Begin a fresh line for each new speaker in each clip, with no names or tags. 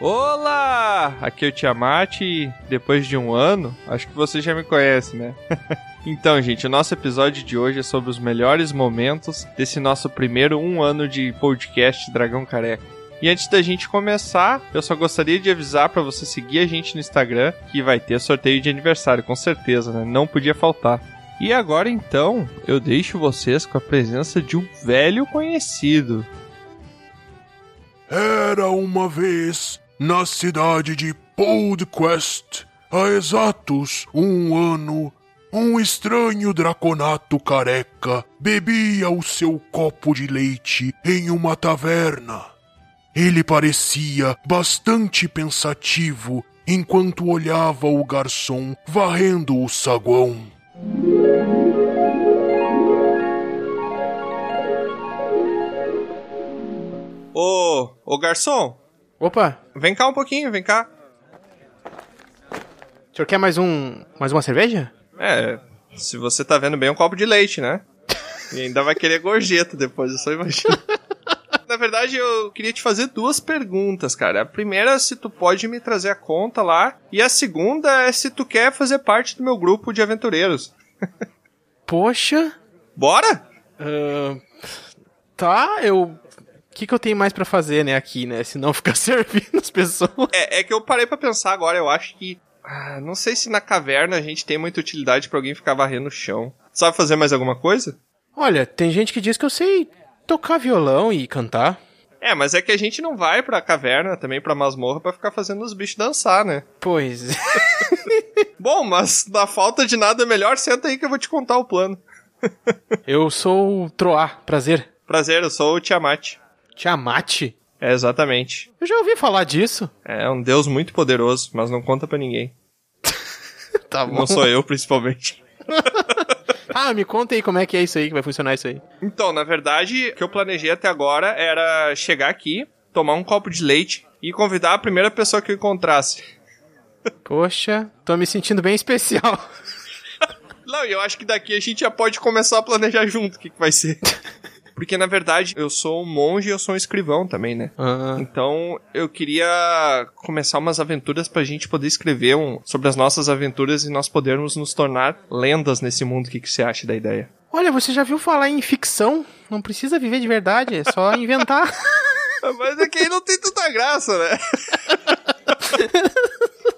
Olá! Aqui é o Tiamat e depois de um ano, acho que você já me conhece, né? Então, gente, o nosso episódio de hoje é sobre os melhores momentos desse nosso primeiro um ano de podcast Dragão Careca. E antes da gente começar, eu só gostaria de avisar para você seguir a gente no Instagram, que vai ter sorteio de aniversário, com certeza, né? Não podia faltar. E agora então, eu deixo vocês com a presença de um velho conhecido.
Era uma vez, na cidade de Podquest, há exatos um ano, um estranho draconato careca bebia o seu copo de leite em uma taverna. Ele parecia bastante pensativo enquanto olhava o garçom varrendo o saguão.
Ô, ô garçom,
Opa,
vem cá um pouquinho, vem cá.
o senhor quer mais um. mais uma cerveja?
É, se você tá vendo bem, um copo de leite, né? E ainda vai querer gorjeta depois, eu só imagino. Na verdade, eu queria te fazer duas perguntas, cara. A primeira é se tu pode me trazer a conta lá. E a segunda é se tu quer fazer parte do meu grupo de aventureiros.
Poxa.
Bora?
ahn, tá, eu. O que, que eu tenho mais pra fazer, né, aqui, né? Se não ficar servindo as pessoas.
É, é que eu parei pra pensar agora, eu acho que. Ah, não sei se na caverna a gente tem muita utilidade pra alguém ficar varrendo o chão. Sabe fazer mais alguma coisa?
Olha, tem gente que diz que eu sei tocar violão e cantar.
É, mas é que a gente não vai pra caverna também, pra masmorra, pra ficar fazendo os bichos dançar, né?
Pois.
Bom, mas na falta de nada é melhor, senta aí que eu vou te contar o plano.
eu sou o Troá, prazer.
Prazer, eu sou o Tiamat.
Tiamat?
É, exatamente.
Eu já ouvi falar disso.
É um deus muito poderoso, mas não conta pra ninguém.
Tá
Não sou eu, principalmente.
Ah, me conta aí como é que é isso aí, que vai funcionar isso aí.
Então, na verdade, o que eu planejei até agora era chegar aqui, tomar um copo de leite e convidar a primeira pessoa que eu encontrasse.
Poxa, tô me sentindo bem especial.
Não, e eu acho que daqui a gente já pode começar a planejar junto o que, que vai ser. Porque, na verdade, eu sou um monge e eu sou um escrivão também, né?
Ah,
Então, eu queria começar umas aventuras pra gente poder escrever um, sobre as nossas aventuras e nós podermos nos tornar lendas nesse mundo. O que, que você acha da ideia?
Olha, você já viu falar em ficção? Não precisa viver de verdade, é só inventar.
Mas é que aí não tem tanta graça, né?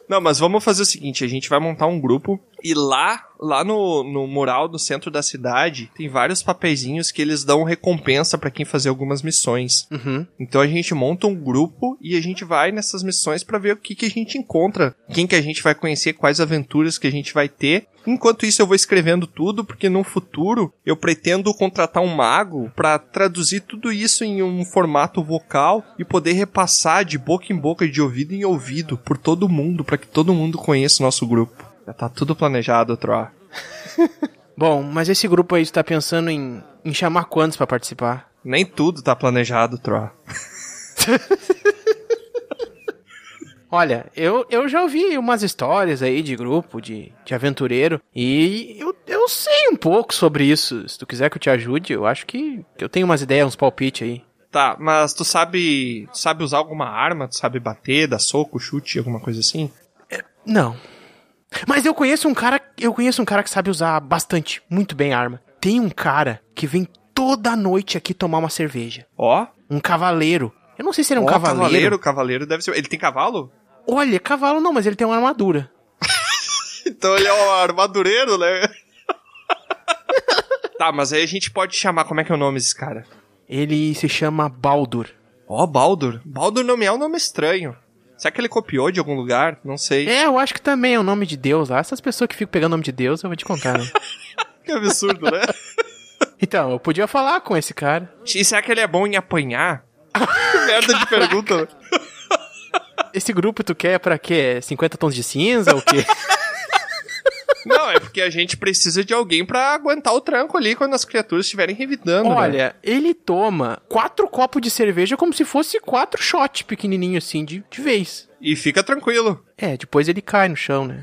Não, mas vamos fazer o seguinte, a gente vai montar um grupo e lá, lá no, no mural do centro da cidade, tem vários papeizinhos que eles dão recompensa pra quem fazer algumas missões.
Uhum.
Então a gente monta um grupo e a gente vai nessas missões pra ver o que, que a gente encontra, quem que a gente vai conhecer, quais aventuras que a gente vai ter. Enquanto isso eu vou escrevendo tudo, porque no futuro eu pretendo contratar um mago pra traduzir tudo isso em um formato vocal e poder repassar de boca em boca, de ouvido em ouvido, por todo mundo, pra que todo mundo conheça o nosso grupo. Já tá tudo planejado, Troa.
Bom, mas esse grupo aí, tu tá pensando em, em chamar quantos pra participar?
Nem tudo tá planejado, Troa.
Olha, eu, eu já ouvi umas histórias aí de grupo, de, de aventureiro, e eu, eu sei um pouco sobre isso. Se tu quiser que eu te ajude, eu acho que que eu tenho umas ideias, uns palpites aí.
Tá, mas tu sabe, tu sabe usar alguma arma? Tu sabe bater, dar soco, chute, alguma coisa assim?
Não. Mas eu conheço um cara, eu conheço um cara que sabe usar bastante, muito bem a arma. Tem um cara que vem toda noite aqui tomar uma cerveja.
Ó,
Um cavaleiro. Eu não sei se ele é um
ó,
cavaleiro.
cavaleiro, cavaleiro deve ser. Ele tem cavalo?
Olha, é cavalo não, mas ele tem uma armadura.
Então ele é um armadureiro, né? tá, mas aí a gente pode chamar, como é que é o nome desse cara?
Ele se chama Baldur.
Ó, Baldur. Baldur não me é um nome estranho. Será que ele copiou de algum lugar? Não sei.
É, eu acho que também é o nome de Deus lá. Essas pessoas que ficam pegando o nome de Deus, eu vou te contar, né?
Que absurdo, né?
Então, eu podia falar com esse cara.
e será que ele é bom em apanhar? Que merda de pergunta. né?
Esse grupo tu quer pra quê? 50 tons de cinza ou o quê?
Não, é porque a gente precisa de alguém pra aguentar o tranco ali quando as criaturas estiverem revidando. né?
Olha, ele toma quatro copos de cerveja como se fosse quatro shots pequenininho assim, de, de vez.
E fica tranquilo.
É, depois ele cai no chão, né?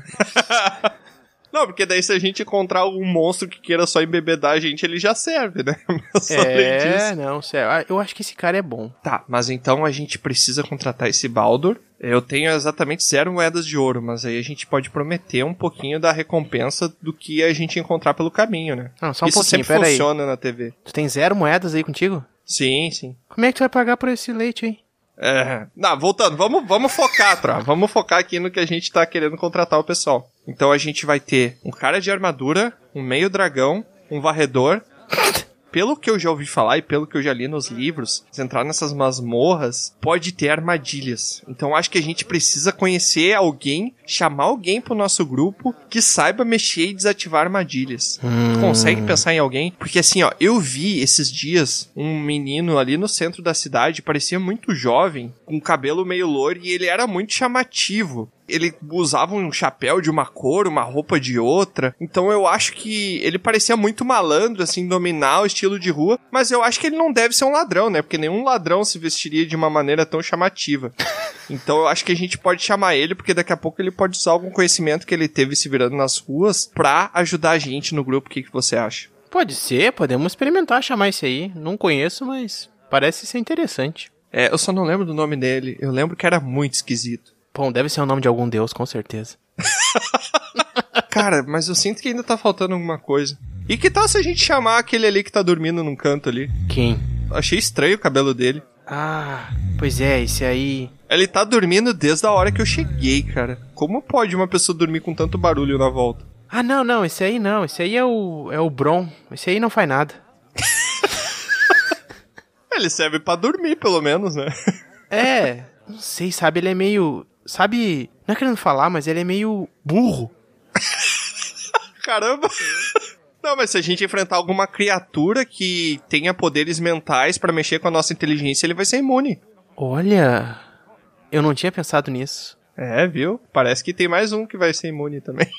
Não, porque daí se a gente encontrar um monstro que queira só embebedar a gente, ele já serve, né? Mas além disso.
É, não, sério. Ah, Eu acho que esse cara é bom.
Tá, mas então a gente precisa contratar esse Baldur. Eu tenho exatamente zero moedas de ouro, mas aí a gente pode prometer um pouquinho da recompensa do que a gente encontrar pelo caminho, né?
Não, só um
Isso
pouquinho,
sempre
pera aí.
funciona na TV.
Tu tem zero moedas aí contigo?
Sim, sim.
Como é que tu vai pagar por esse leite, hein?
É, não, voltando, vamos, vamos focar, Tra. Vamos focar aqui no que a gente tá querendo contratar o pessoal. Então a gente vai ter um cara de armadura, um meio dragão, um varredor. Pelo que eu já ouvi falar e pelo que eu já li nos livros, se entrar nessas masmorras, pode ter armadilhas. Então acho que a gente precisa conhecer alguém, chamar alguém pro nosso grupo que saiba mexer e desativar armadilhas. Tu consegue pensar em alguém? Porque assim, ó, eu vi esses dias um menino ali no centro da cidade, parecia muito jovem, com cabelo meio loiro e ele era muito chamativo. Ele usava um chapéu de uma cor, uma roupa de outra. Então eu acho que ele parecia muito malandro, assim, dominar o estilo de rua. Mas eu acho que ele não deve ser um ladrão, né? Porque nenhum ladrão se vestiria de uma maneira tão chamativa. Então eu acho que a gente pode chamar ele, porque daqui a pouco ele pode usar algum conhecimento que ele teve se virando nas ruas pra ajudar a gente no grupo. O que, que você acha?
Pode ser, podemos experimentar chamar esse aí. Não conheço, mas parece ser interessante.
É, eu só não lembro do nome dele. Eu lembro que era muito esquisito.
Bom, deve ser o nome de algum deus, com certeza.
Cara, mas eu sinto que ainda tá faltando alguma coisa. E que tal se a gente chamar aquele ali que tá dormindo num canto ali?
Quem?
Achei estranho o cabelo dele.
Ah, pois é, esse aí.
Ele tá dormindo desde a hora que eu cheguei, cara. Como pode uma pessoa dormir com tanto barulho na volta?
Ah, não, não, esse aí não. Esse aí é o, é o Bron. Esse aí não faz nada.
Ele serve pra dormir, pelo menos, né?
É, não sei, sabe? Ele é meio. Sabe? Não é querendo falar, mas ele é meio burro.
Caramba! Não, mas se a gente enfrentar alguma criatura que tenha poderes mentais pra mexer com a nossa inteligência, ele vai ser imune.
Olha, eu não tinha pensado nisso.
É, viu? Parece que tem mais um que vai ser imune também.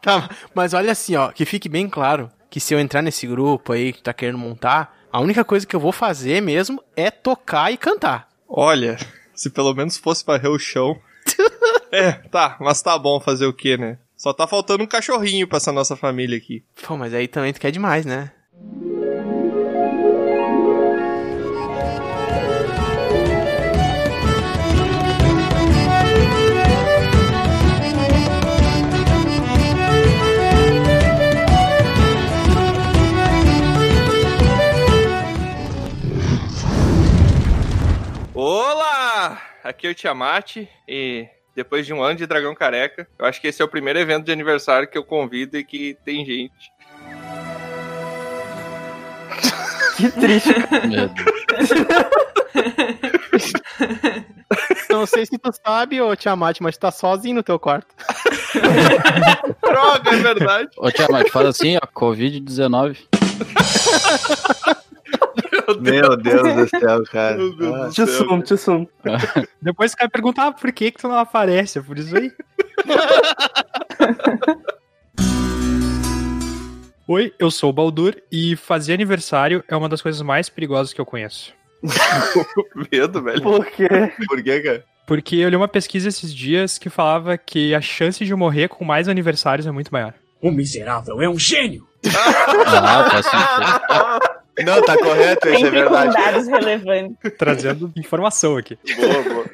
Tá, mas olha assim, ó, que fique bem claro que se eu entrar nesse grupo aí que tu tá querendo montar, a única coisa que eu vou fazer mesmo é tocar e cantar.
Olha, se pelo menos fosse varrer o chão. é, tá, mas tá bom fazer o quê, né? Só tá faltando um cachorrinho pra essa nossa família aqui.
Pô, mas aí também tu quer demais, né?
Olá! Aqui é o Tiamat e depois de um ano de Dragão Careca, eu acho que esse é o primeiro evento de aniversário que eu convido e que tem gente.
Que triste.
Não sei se tu sabe, ô Tiamat, mas tu tá sozinho no teu quarto.
Droga, é verdade.
Ô, Tiamat, faz assim, ó. Covid-19.
Meu Deus do céu, cara.
Meu Deus do
Ah,
céu,
Tissum, Tissum. Depois o cara pergunta, ah, por que que tu não aparece? É por isso aí. Oi, eu sou o Baldur e fazer aniversário é uma das coisas mais perigosas que eu conheço.
que medo, velho.
Por quê?
Por que, cara?
Porque eu li uma pesquisa esses dias que falava que a chance de morrer com mais aniversários é muito maior.
O miserável é um gênio!
Ah, faz sentido.
Não, tá correto, isso é
Sempre com
verdade.
dados relevantes.
Trazendo informação aqui.
Boa, boa.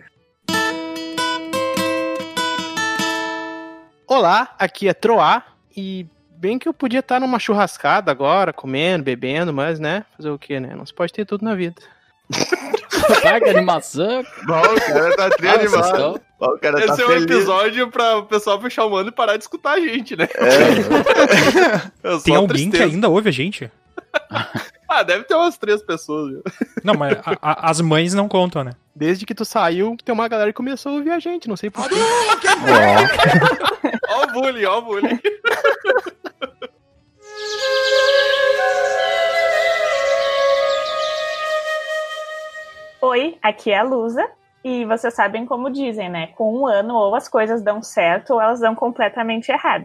Olá, aqui é Troá e bem que eu podia estar numa churrascada agora, comendo, bebendo, mas né, fazer o quê, né? Não se pode ter tudo na vida.
Caraca, Tá, animação.
Bom, o cara tá tri
Ah, vocês
animado.
estão-
Bom, o cara tá
Esse é um
feliz.
episódio pra o pessoal fechar o ano e parar de escutar a gente, né? É só
Tem alguém que
tristeza.
ainda ouve a gente?
Ah, deve ter umas três pessoas. viu?
Não, mas a- a- as mães não contam, né?
Desde que tu saiu, tem uma galera que começou a ouvir a gente, não sei porquê.
É.
Ó,
Ó o bullying, ó o bullying.
Oi, aqui é a Lusa. E vocês sabem como dizem, né? Com um ano, ou as coisas dão certo, ou elas dão completamente errado.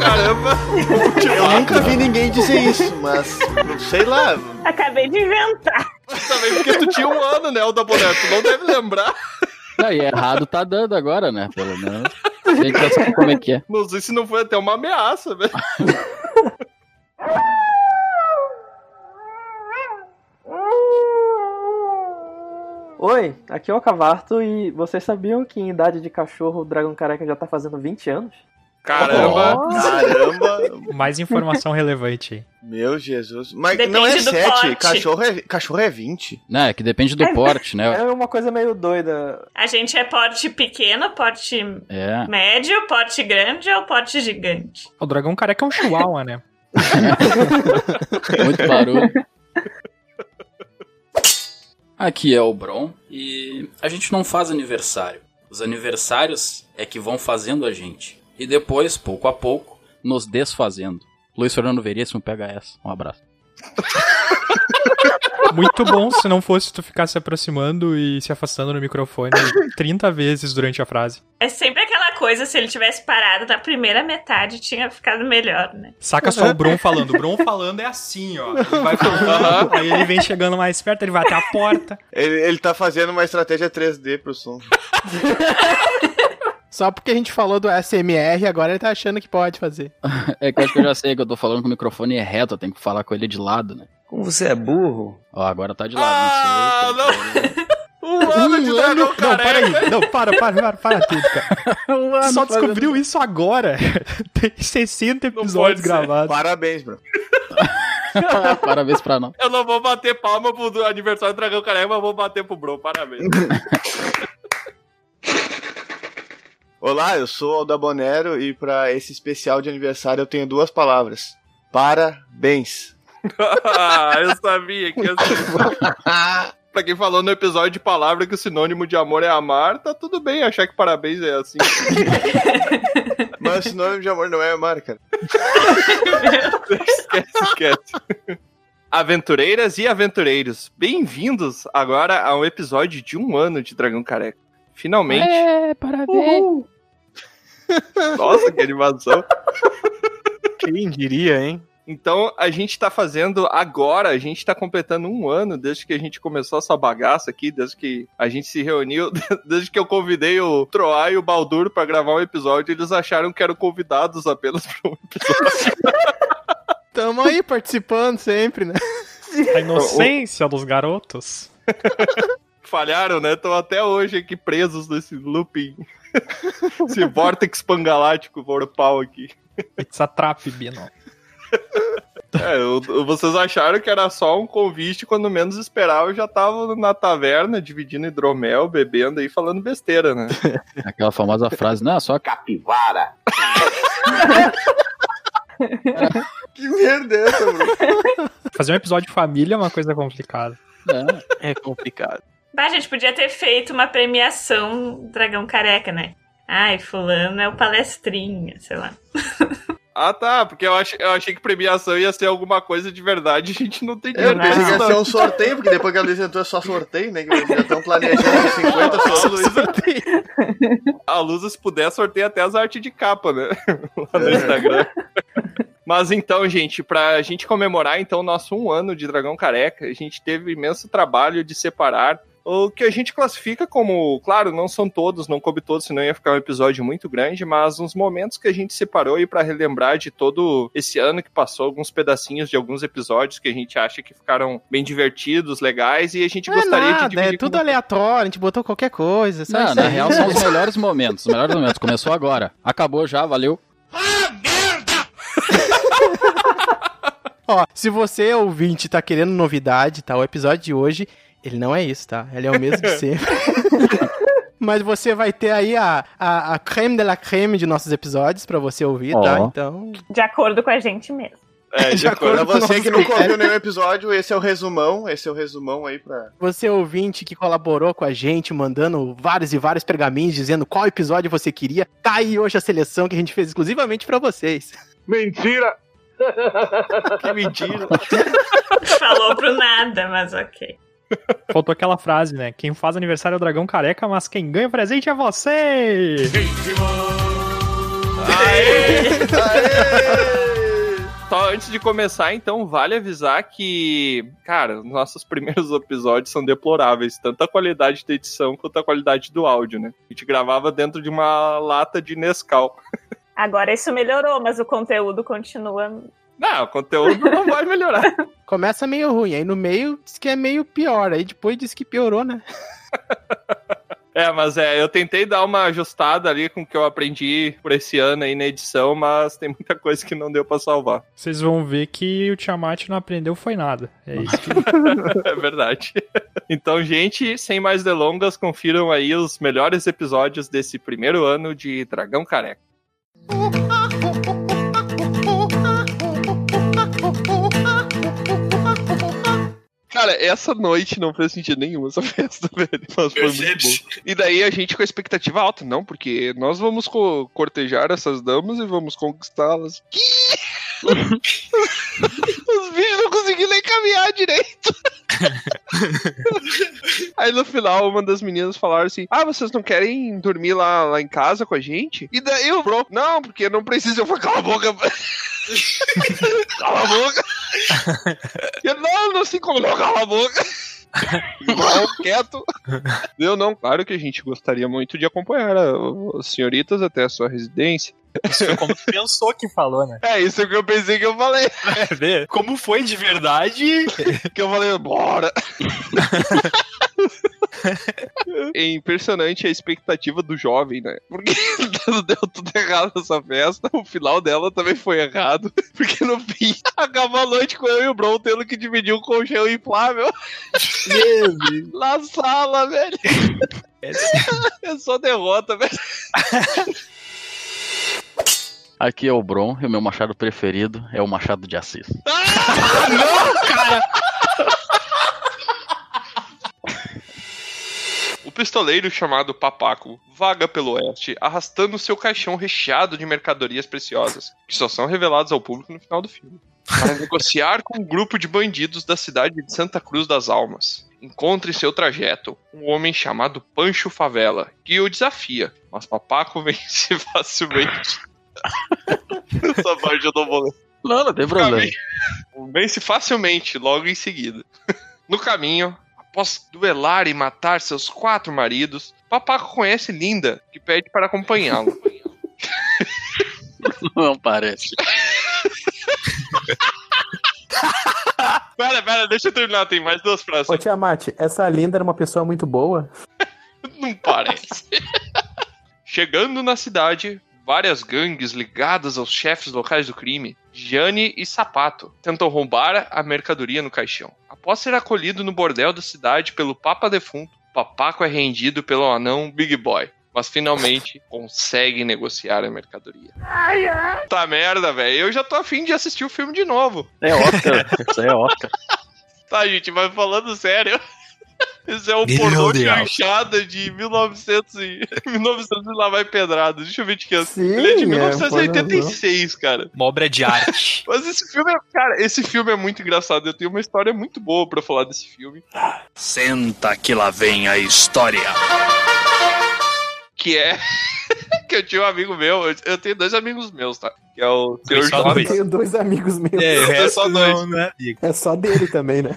Caramba.
Eu nunca vi ninguém dizer isso, mas não sei lá.
Acabei de inventar.
Também porque tu tinha um ano, né, o da boneco. Tu não deve lembrar.
Não, e errado tá dando agora, né? Pelo menos. A gente já sabe como é que é.
Não sei se não foi até uma ameaça, né? velho.
Oi, aqui é o Cavarto e vocês sabiam que em idade de cachorro o Dragão Careca já tá fazendo 20 anos?
Caramba.
Caramba!
Mais informação relevante aí.
Meu Jesus. Mas
Depende
não é
do
7,
porte.
cachorro é, cachorro é 20.
Não, é que depende do porte, né?
É uma coisa meio doida.
A gente é porte pequeno, porte
É.
médio, porte grande ou porte gigante?
O dragão careca é um chihuahua, né?
Muito barulho. Aqui é o Bron e a gente não faz aniversário. Os aniversários é que vão fazendo a gente. E depois, pouco a pouco, nos desfazendo. Luiz Fernando Veríssimo, PHS. Um abraço.
Muito bom se não fosse tu ficar se aproximando e se afastando no microfone 30 vezes durante a frase.
É sempre aquela coisa, se ele tivesse parado na primeira metade, tinha ficado melhor, né?
Saca só o Bron falando. O Bron falando é assim, ó. Ele vai falando, aí ele vem chegando mais perto, ele vai até a porta.
Ele, ele tá fazendo uma estratégia 3D pro som.
Só porque a gente falou do SMR, agora ele tá achando que pode fazer.
É que eu acho que eu já sei que eu tô falando com o microfone é reto, eu tenho que falar com ele de lado, né?
Como você é burro?
Ó, agora tá de lado.
Ah,
não sei.
Um ano de dragão
Não,
careca.
para aí. Não, para, para, para, para tudo, cara.
Um
Tu só descobriu isso agora. Tem 60
pode
episódios
ser.
gravados.
Parabéns, bro.
Parabéns pra nós.
Eu não vou bater palma pro aniversário do dragão careca, mas vou bater pro Bro. Parabéns.
Olá, eu sou o Aldabonero e pra esse especial de aniversário eu tenho duas palavras. Parabéns.
ah, eu sabia que eu sabia. Pra quem falou no episódio de palavra que o sinônimo de amor é amar, tá tudo bem achar que parabéns é assim.
Mas o nome de amor não é amar, cara.
esquece, esquece. Aventureiras e aventureiros, bem-vindos agora a um episódio de um ano de Dragão Careca. Finalmente.
É, parabéns.
Nossa, que animação.
Quem diria, hein?
Então, a gente tá fazendo agora, a gente tá completando um ano desde que a gente começou essa bagaça aqui, desde que a gente se reuniu, desde que eu convidei o Troá e o Balduro pra gravar um episódio, eles acharam que eram convidados apenas pra um
Tamo aí participando sempre, né?
A inocência dos garotos.
Falharam, né? Estão até hoje aqui presos nesse looping. Esse vórtex pangalático vorpal aqui.
It's a trap, Bino.
É, o- o- vocês acharam que era só um convite, quando menos esperava, eu já tava na taverna, dividindo hidromel, bebendo e falando besteira, né?
Aquela famosa frase, não, só capivara.
Que merda é essa, bro?
Fazer um episódio de família é uma coisa complicada.
É.
É complicado.
Bah, a gente podia ter feito uma premiação Dragão Careca, né? Ai, fulano é o palestrinha, sei lá.
Ah, tá, porque eu, ach- eu achei que premiação ia ser alguma coisa de verdade, a gente não tem
É, Eu
dinheiro. pra
pensei que
isso,
ia
não.
ser um sorteio, porque depois que a Luísa entrou é só sorteio, né? Que já estão planejando 50 só, Luísa.
A Lusa, se puder, sorteia até as artes de capa, né? Lá
É.
no Instagram. Mas então, gente, pra gente comemorar então o nosso um ano de Dragão Careca, a gente teve imenso trabalho de separar o que a gente classifica como, claro, não são todos, não coube todos, senão ia ficar um episódio muito grande, mas uns momentos que a gente separou aí pra relembrar de todo esse ano que passou, alguns pedacinhos de alguns episódios que a gente acha que ficaram bem divertidos, legais, e a gente
Não é
gostaria de
nada,
dividir
é tudo aleatório, a gente botou qualquer coisa. Sabe?
Não, na real são os melhores momentos. Os melhores momentos. Começou agora. Acabou já, valeu.
Ó, se você, ouvinte, tá querendo novidade, tá? O episódio de hoje, ele não é isso, tá? Ele é o mesmo de sempre. Mas você vai ter aí a, a, a creme de la creme de nossos episódios pra você ouvir, tá?
Ó.
Então.
De acordo com a gente mesmo.
É, de acordo.
Pra você que nunca ouviu
né?
nenhum episódio, esse é o resumão. Esse é o resumão aí pra.
Você, ouvinte, que colaborou com a gente, mandando vários e vários pergaminhos dizendo qual episódio você queria, tá aí hoje a seleção que a gente fez exclusivamente pra vocês.
Mentira!
Que mentira.
Falou pro nada, mas ok.
Faltou aquela frase, né? Quem faz aniversário é o dragão careca, mas quem ganha o presente é você!
Aê!
Aê!
Só antes de começar, então, vale avisar que, cara, os nossos primeiros episódios são deploráveis, tanto a qualidade da edição quanto a qualidade do áudio, né? A gente gravava dentro de uma lata de Nescau.
Agora isso melhorou, mas o conteúdo continua.
Não, Ah, o conteúdo não vai melhorar.
Começa meio ruim, aí no meio diz que é meio pior, aí depois diz que piorou, né?
É, mas é, eu tentei dar uma ajustada ali com o que eu aprendi por esse ano aí na edição, mas tem muita coisa que não deu pra salvar.
Vocês vão ver que o Tiamat não aprendeu foi nada. É isso que...
é verdade. Então, gente, sem mais delongas, confiram aí os melhores episódios desse primeiro ano de Dragão Careca. Cara, essa noite não fez sentido nenhum essa festa, velho. Mas foi muito bom. E daí a gente com a expectativa alta, não, porque nós vamos co- cortejar essas damas e vamos conquistá-las. Que? Os bichos não conseguiram nem caminhar direito. Aí no final, uma das meninas falaram assim: Ah, vocês não querem dormir lá, lá em casa com a gente? E daí o Bro, não, porque não precisa. Eu falei: Cala a boca. cala a boca. E eu, não, não se incomodou, cala a boca. Não, quieto. Eu não, claro que a gente gostaria muito de acompanhar a- as senhoritas até a sua residência.
Isso foi como tu pensou que falou, né?
É isso que eu pensei que eu falei.
É, Vê como foi de verdade.
que eu falei, bora! É impressionante a expectativa do jovem, né? Porque deu tudo errado essa festa, o final dela também foi errado, porque no fim acabou a noite com eu e o Bron tendo que dividir um colchão inflável na sala, velho. É só derrota, velho.
Aqui é o Bron e o meu machado preferido é o Machado de Assis.
Não, cara! O pistoleiro chamado Papaco vaga pelo oeste, arrastando seu caixão recheado de mercadorias preciosas, que só são reveladas ao público no final do filme, para negociar com um grupo de bandidos da cidade de Santa Cruz das Almas. Encontra em seu trajeto um homem chamado Pancho Favela, que o desafia, mas Papaco vence facilmente. Essa parte eu não vou ler.
Não, não tem problema.
Vence facilmente, logo em seguida. No caminho, após duelar e matar seus quatro maridos, Papaco conhece Linda, que pede para acompanhá-lo.
Não parece.
pera, pera, deixa eu terminar, tem mais duas frases.
Ô, Tiamat, essa linda era uma pessoa muito boa?
Não parece. Chegando na cidade, várias gangues ligadas aos chefes locais do crime, Gianni e Sapato, tentam roubar a mercadoria no caixão. Após ser acolhido no bordel da cidade pelo Papa defunto, Papaco é rendido pelo anão Big Boy, mas finalmente consegue negociar a mercadoria. Tá merda, velho. Eu já tô afim de assistir o filme de novo.
É Oscar. Isso aí é Oscar.
Tá, gente, mas falando sério. Isso é um
Meu
pornô de
Deus.
enxada de 1900 e... 1900 e lá vai pedrado. Deixa eu ver de que ano.
Sim,
Ele é de
é,
1986, cara.
Uma obra de arte.
Mas esse filme, é- cara, esse filme é muito engraçado. Eu tenho uma história muito boa pra falar desse filme.
Senta que lá vem a história.
Que é... que eu tinha um amigo meu. eu- Eu tenho dois amigos meus, tá? Que é o Sr.
só
Jota.
dois.
Tenho dois amigos meus.
É, o
só
resto
dois.
não, né?
É só dele também, né?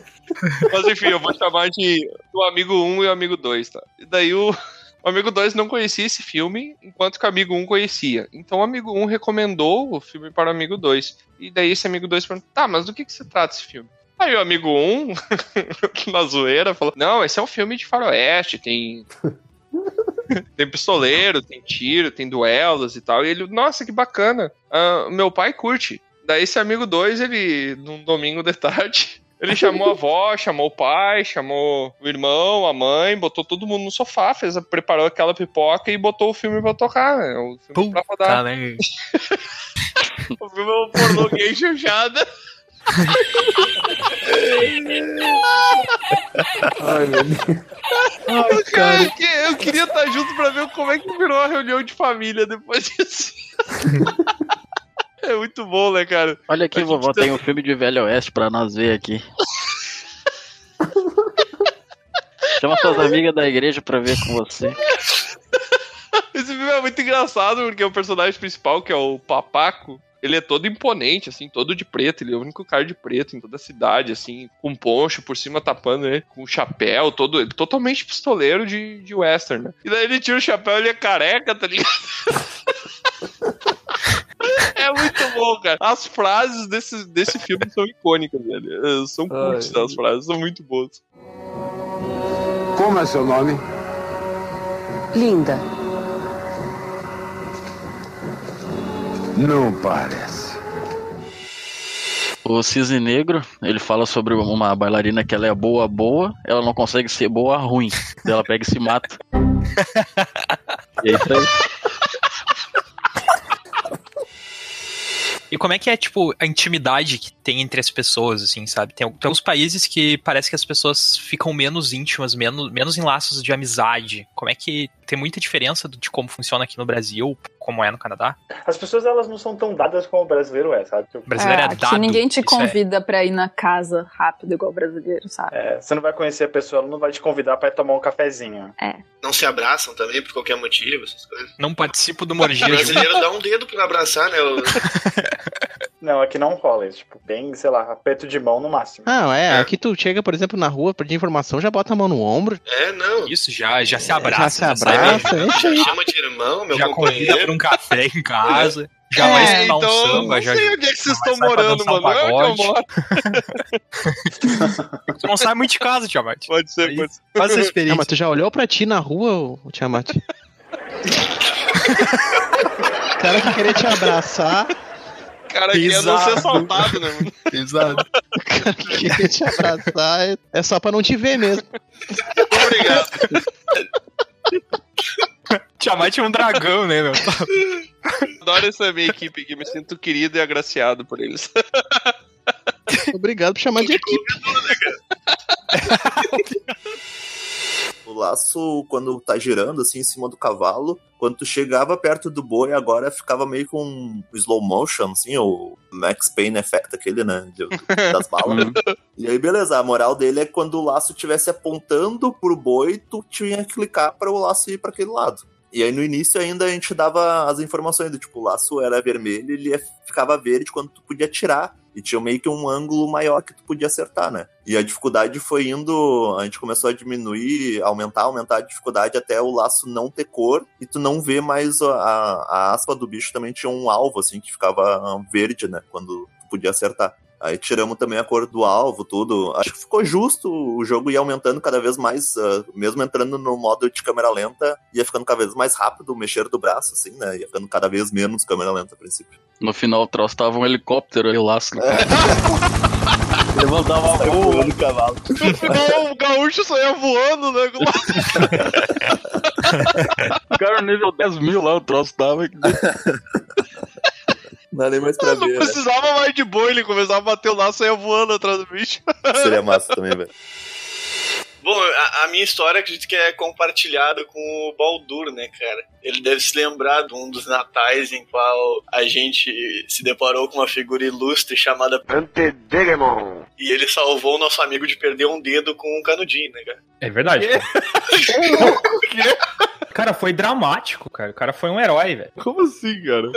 Mas enfim, eu vou chamar de o amigo 1 e o amigo 2, tá? E daí o, o amigo 2 não conhecia esse filme, enquanto que o amigo 1 conhecia. Então o amigo 1 recomendou o filme para o amigo 2. E daí esse amigo 2 perguntou: tá, mas do que, que se trata esse filme? Aí o amigo 1, na zoeira, falou: não, esse é um filme de faroeste, tem. Tem pistoleiro, tem tiro, tem duelos e tal. E ele, nossa, que bacana. Ah, meu pai curte. Daí esse amigo 2, ele, num domingo de tarde, ele chamou a avó, chamou o pai, chamou o irmão, a mãe, botou todo mundo no sofá, fez, a- preparou aquela pipoca e botou o filme pra tocar, né? O filme pra
Tá,
rodar.
né?
né?
O filme é um pornô gay chuchada.
Ai, meu Deus.
Cara, eu, que- eu queria estar junto pra ver como é que virou a reunião de família depois disso. é muito bom, né, cara?
Olha aqui,
A gente
vovó,
tá-
tem um filme de Velho Oeste pra nós ver aqui. Chama suas amigas da igreja pra ver com você.
Esse filme é muito engraçado, porque o personagem principal, que é o Papaco,
ele é todo imponente, assim, todo de preto. Ele é o único cara de preto em toda a cidade, assim, com poncho por cima tapando ele, com um chapéu, todo, ele totalmente pistoleiro de, de western, né? E daí ele tira o chapéu, ele é careca, tá ligado? É muito bom, cara. As frases desse, desse filme são icônicas, velho. Eh, São curtas as frases, são muito boas.
Como é seu nome?
Linda.
Não parece.
O Cisne Negro, ele fala sobre uma bailarina que ela é boa, boa, ela não consegue ser boa, ruim. Daí Ela pega e se mata. e é isso aí.
E como é que é, tipo, a intimidade que tem entre as pessoas, assim, sabe? Tem, tem alguns países que parece que as pessoas ficam menos íntimas, menos, menos em laços de amizade. Como é que tem muita diferença do- de como funciona aqui no Brasil, como é no Canadá?
As pessoas elas não são tão dadas como o brasileiro é, sabe? Tipo,
O brasileiro é,
aqui
dado.
Ninguém te
isso é-
convida pra ir na casa rápido igual brasileiro, sabe?
é, você não vai conhecer a pessoa, ela não vai te convidar pra ir tomar um cafezinho.
É.
Não se abraçam também por qualquer motivo, essas coisas.
Não participo do
O
morgia.
brasileiro dá um dedo pra abraçar, né? O-
Não, aqui não rola isso. Tipo, bem, sei lá, aperto de mão no máximo.
Não, é, aqui tu chega, por exemplo, na rua, pedir informação, já bota a mão no ombro.
É, não.
Isso já, já se abraça.
Já se
sai
abraça,
beijando.
deixa aí.
Chama de irmão, meu
já convida pra um café em casa. Já
É,
vai escutar um samba.
então, não
já,
sei onde é que vocês estão morando,
um
mano. Não é onde eu
tu não sai muito de casa, É Tiamat.
Pode ser, pode ser.
Faz essa
Ah,
experiência.
mas tu já olhou pra ti na rua, o Tiamat? o cara que queria te abraçar.
Cara, que ia não ser assaltado, né? mano?
Pesado. O cara que queria te abraçar é- é só pra não te ver mesmo.
Tiamat é um dragão, né, meu?
Adoro essa minha equipe aqui, me sinto querido e agraciado por eles.
Obrigado por chamar de equipe.
O tipo, laço, quando tá girando assim em cima do cavalo, quando tu chegava perto do boi, agora ficava meio com um slow motion, assim, o Max Payne effect aquele, né? de- das balas. e aí, beleza, a moral dele é que quando o laço estivesse apontando pro boi, tu tinha que clicar para o laço ir para aquele lado. E aí no início ainda a gente dava as informações do tipo, o laço era vermelho, ele ia- ficava verde quando tu podia tirar. E tinha meio que um ângulo maior que tu podia acertar, né? E a dificuldade foi indo. A gente começou a diminuir, aumentar, aumentar a dificuldade até o laço não ter cor e tu não vê mais a, a- a aspa do bicho também tinha um alvo, assim, que ficava ah, verde, né? Quando tu podia acertar. Aí tiramos também a cor do alvo, tudo. Acho que ficou justo o jogo ia aumentando cada vez mais, ah, mesmo entrando no modo de câmera lenta, ia ficando cada vez mais rápido o mexer do braço, assim, né? Ia ficando cada vez menos câmera lenta a princípio.
No final, o troço tava um helicóptero e o laço.
Levantava
Tá
a rua do cavalo.
No final, o gaúcho saia voando, né? com
O
é
cara no nível 10 mil lá, o troço tava.
Não dá nem mais pra ver. né?
Precisava mais de boi, ele começava a bater o laço e ia voando atrás do bicho.
Seria massa também, velho.
Bom, a, a minha história acredito que é compartilhada com o Baldur, né, cara? Ele deve se lembrar de um dos natais em qual a gente se deparou com uma figura ilustre chamada Antedegemon. E ele salvou o nosso amigo de perder um dedo com um canudinho, né, cara?
É verdade. Cara, foi dramático, cara. O cara foi um herói, velho.
Como assim, cara?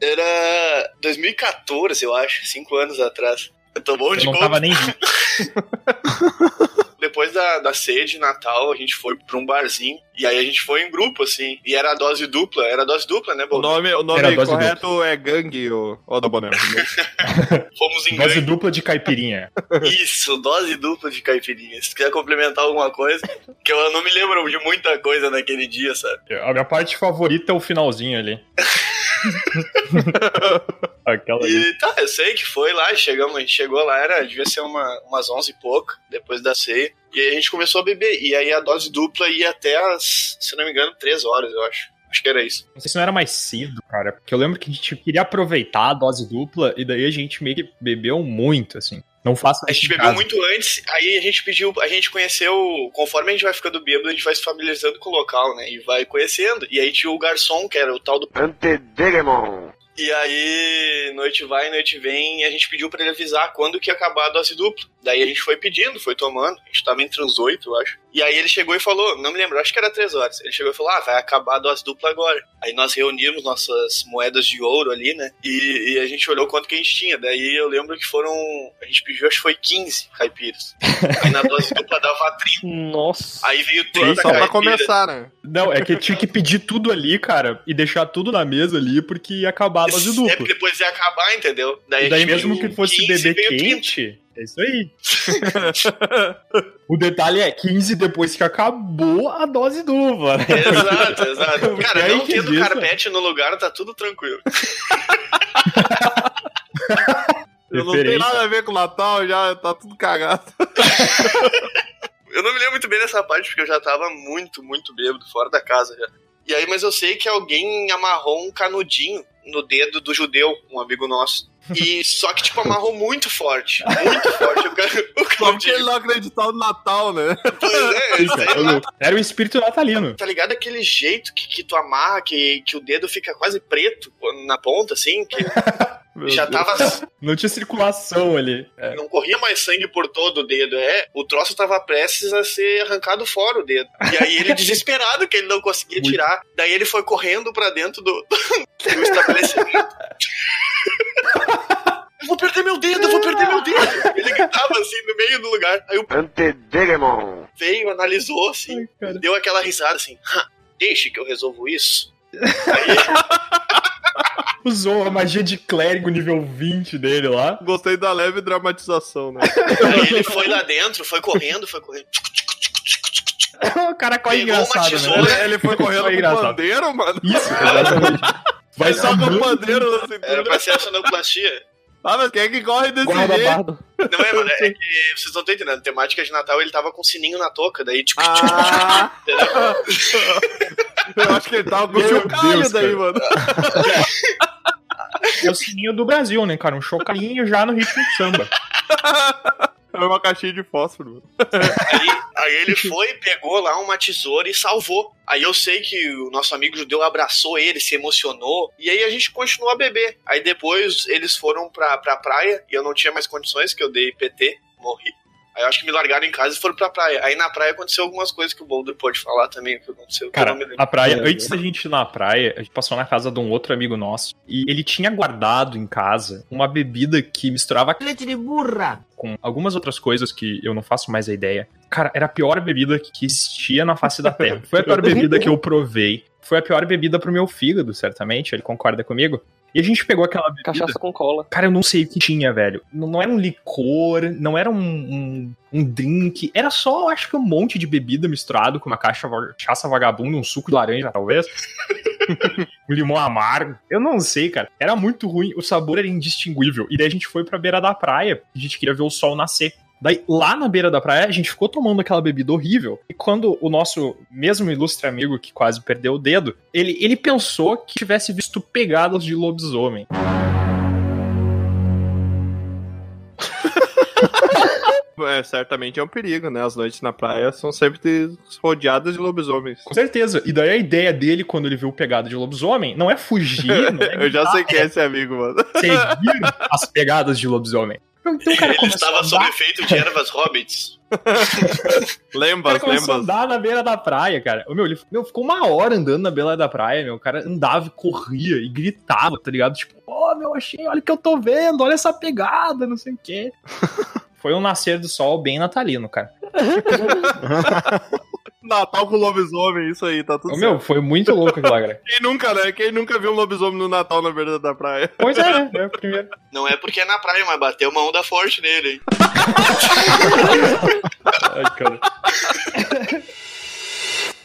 Era 2014, eu acho, cinco anos atrás. Eu tô bom de
Eu não
gol.
tava nem vivo.
Depois da, da ceia de Natal, a gente foi pra um barzinho. E aí a gente foi em grupo, assim. E era a dose dupla. Era a dose dupla, né,
O
Boldo?
nome, o
Era
nome
dose
correto é gangue, ô ô da boné.
Fomos em
Dose dupla de caipirinha.
Isso, dose dupla de caipirinha. Se quiser complementar alguma coisa, que eu não me lembro de muita coisa naquele dia, sabe?
A minha parte favorita é o finalzinho ali. Aquela ali.
E tá, eu sei que foi lá, chegamos, a gente chegou lá, era, devia ser uma, umas 11 e pouco, depois da ceia. E aí a gente começou a beber. E aí a dose dupla ia até as, se não me engano, 3 horas, eu acho. Acho que era isso.
Não sei se não era mais cedo, cara, porque eu lembro que a gente queria aproveitar a dose dupla e daí a gente meio que bebeu muito, assim. Não faça
A gente bebeu muito antes, aí a gente pediu, a gente conheceu, conforme a gente vai ficando bêbado, a gente vai se familiarizando com o local, né? E vai conhecendo. E aí tinha o garçom, que era o tal do.
Antedegemon.
E aí, noite vai, noite vem, e a gente pediu pra ele avisar quando que ia acabar a dose dupla. Daí a gente foi pedindo, foi tomando, a gente tava entre uns oito, eu acho. E aí ele chegou e falou, não me lembro, acho que era três horas. Ele chegou e falou, ah, vai acabar a dose dupla agora. Aí nós reunimos nossas moedas de ouro ali, né, e, e a gente olhou quanto que a gente tinha. Daí eu lembro que foram, a gente pediu, acho que foi 15 caipiras. Aí na dose dupla dava 30.
Nossa.
Aí veio toda a caipira. né?
Não, é que tinha que pedir tudo ali, cara, e deixar tudo na mesa ali, porque ia acabar a dose
É
dupla.
porque depois ia acabar, entendeu?
Daí,
a gente
mesmo
pediu
que fosse
15,
beber
veio 30.
quente, é isso aí. o detalhe é 15 depois que acabou a dose dupla. né? É
Exato, exato. Cara,
aí
não
que
tendo
diz,
carpete no lugar, tá tudo tranquilo.
Eu
não tenho
Referência.
nada a ver com o Natal, já tá tudo cagado.
Eu não me lembro muito bem dessa parte, porque eu já tava muito, muito bêbado, fora da casa já. E aí, mas eu sei que alguém amarrou um canudinho no dedo do judeu, um amigo nosso. E só que, tipo, amarrou muito forte. Muito forte. O, cara, o canudinho.
ele não acreditar no Natal, né?
Pois é, sei lá.
Era o espírito natalino.
Tá ligado aquele jeito que, que tu amarra, que, que o dedo fica quase preto na ponta, assim? Que já tava
Não tinha circulação ali. É.
Não corria mais sangue por todo o dedo, é. O troço tava prestes a ser arrancado fora o dedo. E aí ele desesperado que ele não conseguia tirar. Daí ele foi correndo pra dentro do, do estabelecimento. Eu vou perder meu dedo, eu vou perder meu dedo. Ele gritava assim no meio do lugar. Aí o
Antedegemon.
veio, analisou assim, deu aquela risada assim: "Ha, deixe que eu resolvo isso.
Usou a magia de clérigo nível 20 dele lá.
Gostei da leve dramatização, né?
Aí ele foi lá dentro, foi correndo, foi correndo.
o cara corre
Pegou uma
engraçado,
tesoura.
né?
Ele foi correndo com
engraçado.
Pandeiro, mano.
Isso, exatamente. Vai
Ele tava com
saber.
o pandeiro na cintura.
Era pra ser a sonoplastia.
Ah, mas quem é que corre desse jeito?
Não é, mano, é que vocês não estão entendendo. Temática de Natal, ele tava com o sininho na touca, daí tipo.
Ah. Eu acho que ele tava com o
Meu
chocalho
Deus,
daí,
cara.
mano.
É o sininho do Brasil, né, cara? Um chocalhinho já no ritmo de samba.
Era É uma caixinha de fósforo.
Aí ele
Uhum.
foi, pegou lá uma tesoura e salvou. Aí eu sei que o nosso amigo judeu abraçou ele, se emocionou, e aí a gente continuou a beber. Aí depois eles foram pra, pra praia e eu não tinha mais condições, que eu dei PT, morri. Aí eu acho que me largaram em casa e foram pra praia. Aí na praia aconteceu algumas coisas que o Boulder pode falar também, que aconteceu. que eu
Cara,
não me lembro.
a
É,
praia, antes da gente ir na praia, a gente passou na casa de um outro amigo nosso e ele tinha guardado em casa uma bebida que misturava
Leite de burra.
com algumas outras coisas que eu não faço mais a ideia. Cara, era a pior bebida que existia na face da terra. Foi a pior bebida que eu provei. Foi a pior bebida pro meu fígado, certamente. Ele concorda comigo? E a gente pegou aquela bebida.
Cachaça com cola.
Cara, eu não sei o que tinha, velho. Não, não era um licor, não era um, um, um drink. Era só, eu acho que um monte de bebida misturado com uma caixa va- cachaça vagabunda, um suco de laranja, talvez. um limão amargo. Eu não sei, cara. Era muito ruim. O sabor era indistinguível. E daí a gente foi pra beira da praia. A gente queria ver o sol nascer. Daí, lá na beira da praia, a gente ficou tomando aquela bebida horrível. E quando o nosso mesmo ilustre amigo, que quase perdeu o dedo, ele, ele pensou que tivesse visto pegadas de lobisomem.
É, certamente é um perigo, né? As noites na praia são sempre rodeadas de lobisomens.
Com certeza. E daí a ideia dele, quando ele viu pegada de lobisomem, não é fugir. não é
Eu já
gritar,
sei quem é
é
esse amigo, mano.
seguir as pegadas de lobisomem.
um
ele estava sob efeito de ervas hobbits.
O cara
Lembas,
começou a
lembas.
andar na beira da praia, cara. Ô, Meu, ele meu, ficou uma hora andando na beira da praia, meu. O cara andava, e corria e gritava, tá ligado? Tipo, ó, meu, achei, olha o que eu tô vendo, olha essa pegada, não sei o quê. Foi um nascer do sol bem natalino, cara.
Natal com lobisomem, isso aí, tá tudo
Ô, meu,
certo.
foi muito louco aquilo, lá, cara.
Quem nunca, né? Quem nunca viu um lobisomem no Natal na beira da praia?
Pois é, né? É o primeiro.
Não é porque é na praia, mas bateu uma onda forte nele, hein?
Ai, cara.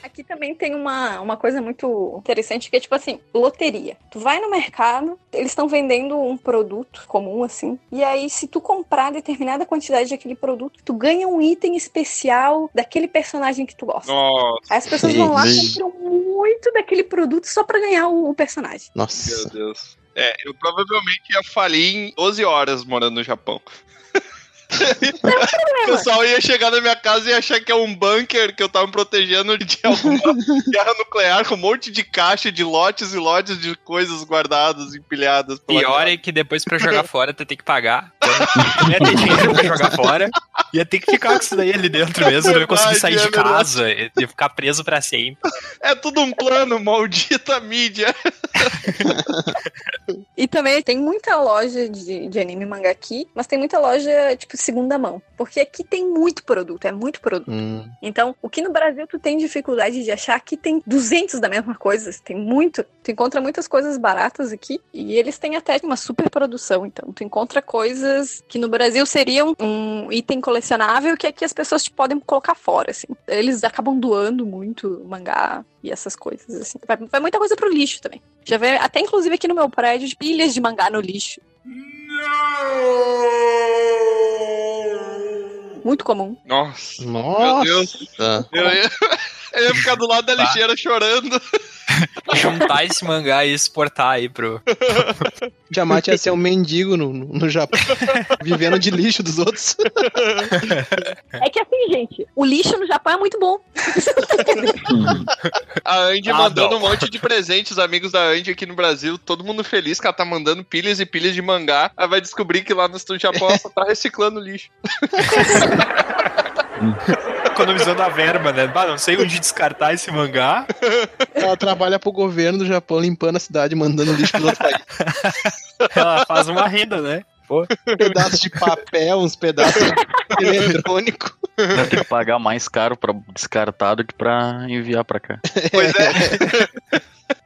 Aqui também tem uma, uma coisa muito interessante que é tipo assim, loteria. Tu vai no mercado, eles estão vendendo um produto comum assim, e aí se tu comprar determinada quantidade daquele produto, tu ganha um item especial daquele personagem que tu gosta.
Nossa.
Aí as pessoas vão lá
Sim.
compram muito daquele produto só pra ganhar o, o personagem.
Nossa.
Meu Deus. É, eu provavelmente ia falir em 12 horas morando no Japão. O pessoal ia chegar na minha casa e achar que é um bunker que eu tava me protegendo de alguma guerra nuclear com um monte de caixa, de lotes e lotes de coisas guardadas, empilhadas. pela
Pior é que depois pra jogar fora tu tem que pagar. Não ia ter dinheiro pra jogar fora. é- Ia ter que ficar com isso daí ali dentro mesmo. Não ia conseguir
Verdade,
sair
é
de
verdade.
casa. Ia ficar preso pra sempre.
É tudo um plano, maldita mídia.
E também tem muita loja de, de anime e mangá aqui, mas tem muita loja, tipo, segunda mão. Porque aqui tem muito produto, é muito produto. Então, o que no Brasil tu tem dificuldade de achar, aqui tem 200 da mesma coisa, tem muito. Tu encontra muitas coisas baratas aqui e eles têm até uma super produção, então tu encontra coisas que no Brasil seriam um item colecionável que aqui as pessoas te podem colocar fora, assim. Eles acabam doando muito mangá e essas coisas, assim. Vai, vai muita coisa pro lixo também. Já vem até inclusive aqui no meu prédio de pilhas de mangá no lixo. Muito comum.
Nossa.
Nossa.
Meu Deus. Eu ia, eu ia ficar do lado da
Bah.
lixeira chorando.
Juntar esse mangá e exportar aí pro.
Tiamat ia ser um mendigo no, no, no Japão, vivendo de lixo dos outros.
É que assim, gente, o lixo no Japão é muito bom.
A Andy
Ah,
mandando
não.
um monte de presentes, os amigos da Andy aqui no Brasil, todo mundo feliz que ela tá mandando pilhas e pilhas de mangá. Aí vai descobrir que lá no estúdio Japão ela só tá reciclando lixo.
Economizando a verba, né? Bah, não sei onde descartar esse mangá.
Ela trabalha pro governo do Japão limpando a cidade, mandando lixo pros outros países.
Ela faz uma renda, né? Pô.
Pedaços Um de papel, uns pedaços de eletrônico.
Deve ter que pagar mais caro pra descartar do que pra enviar pra cá.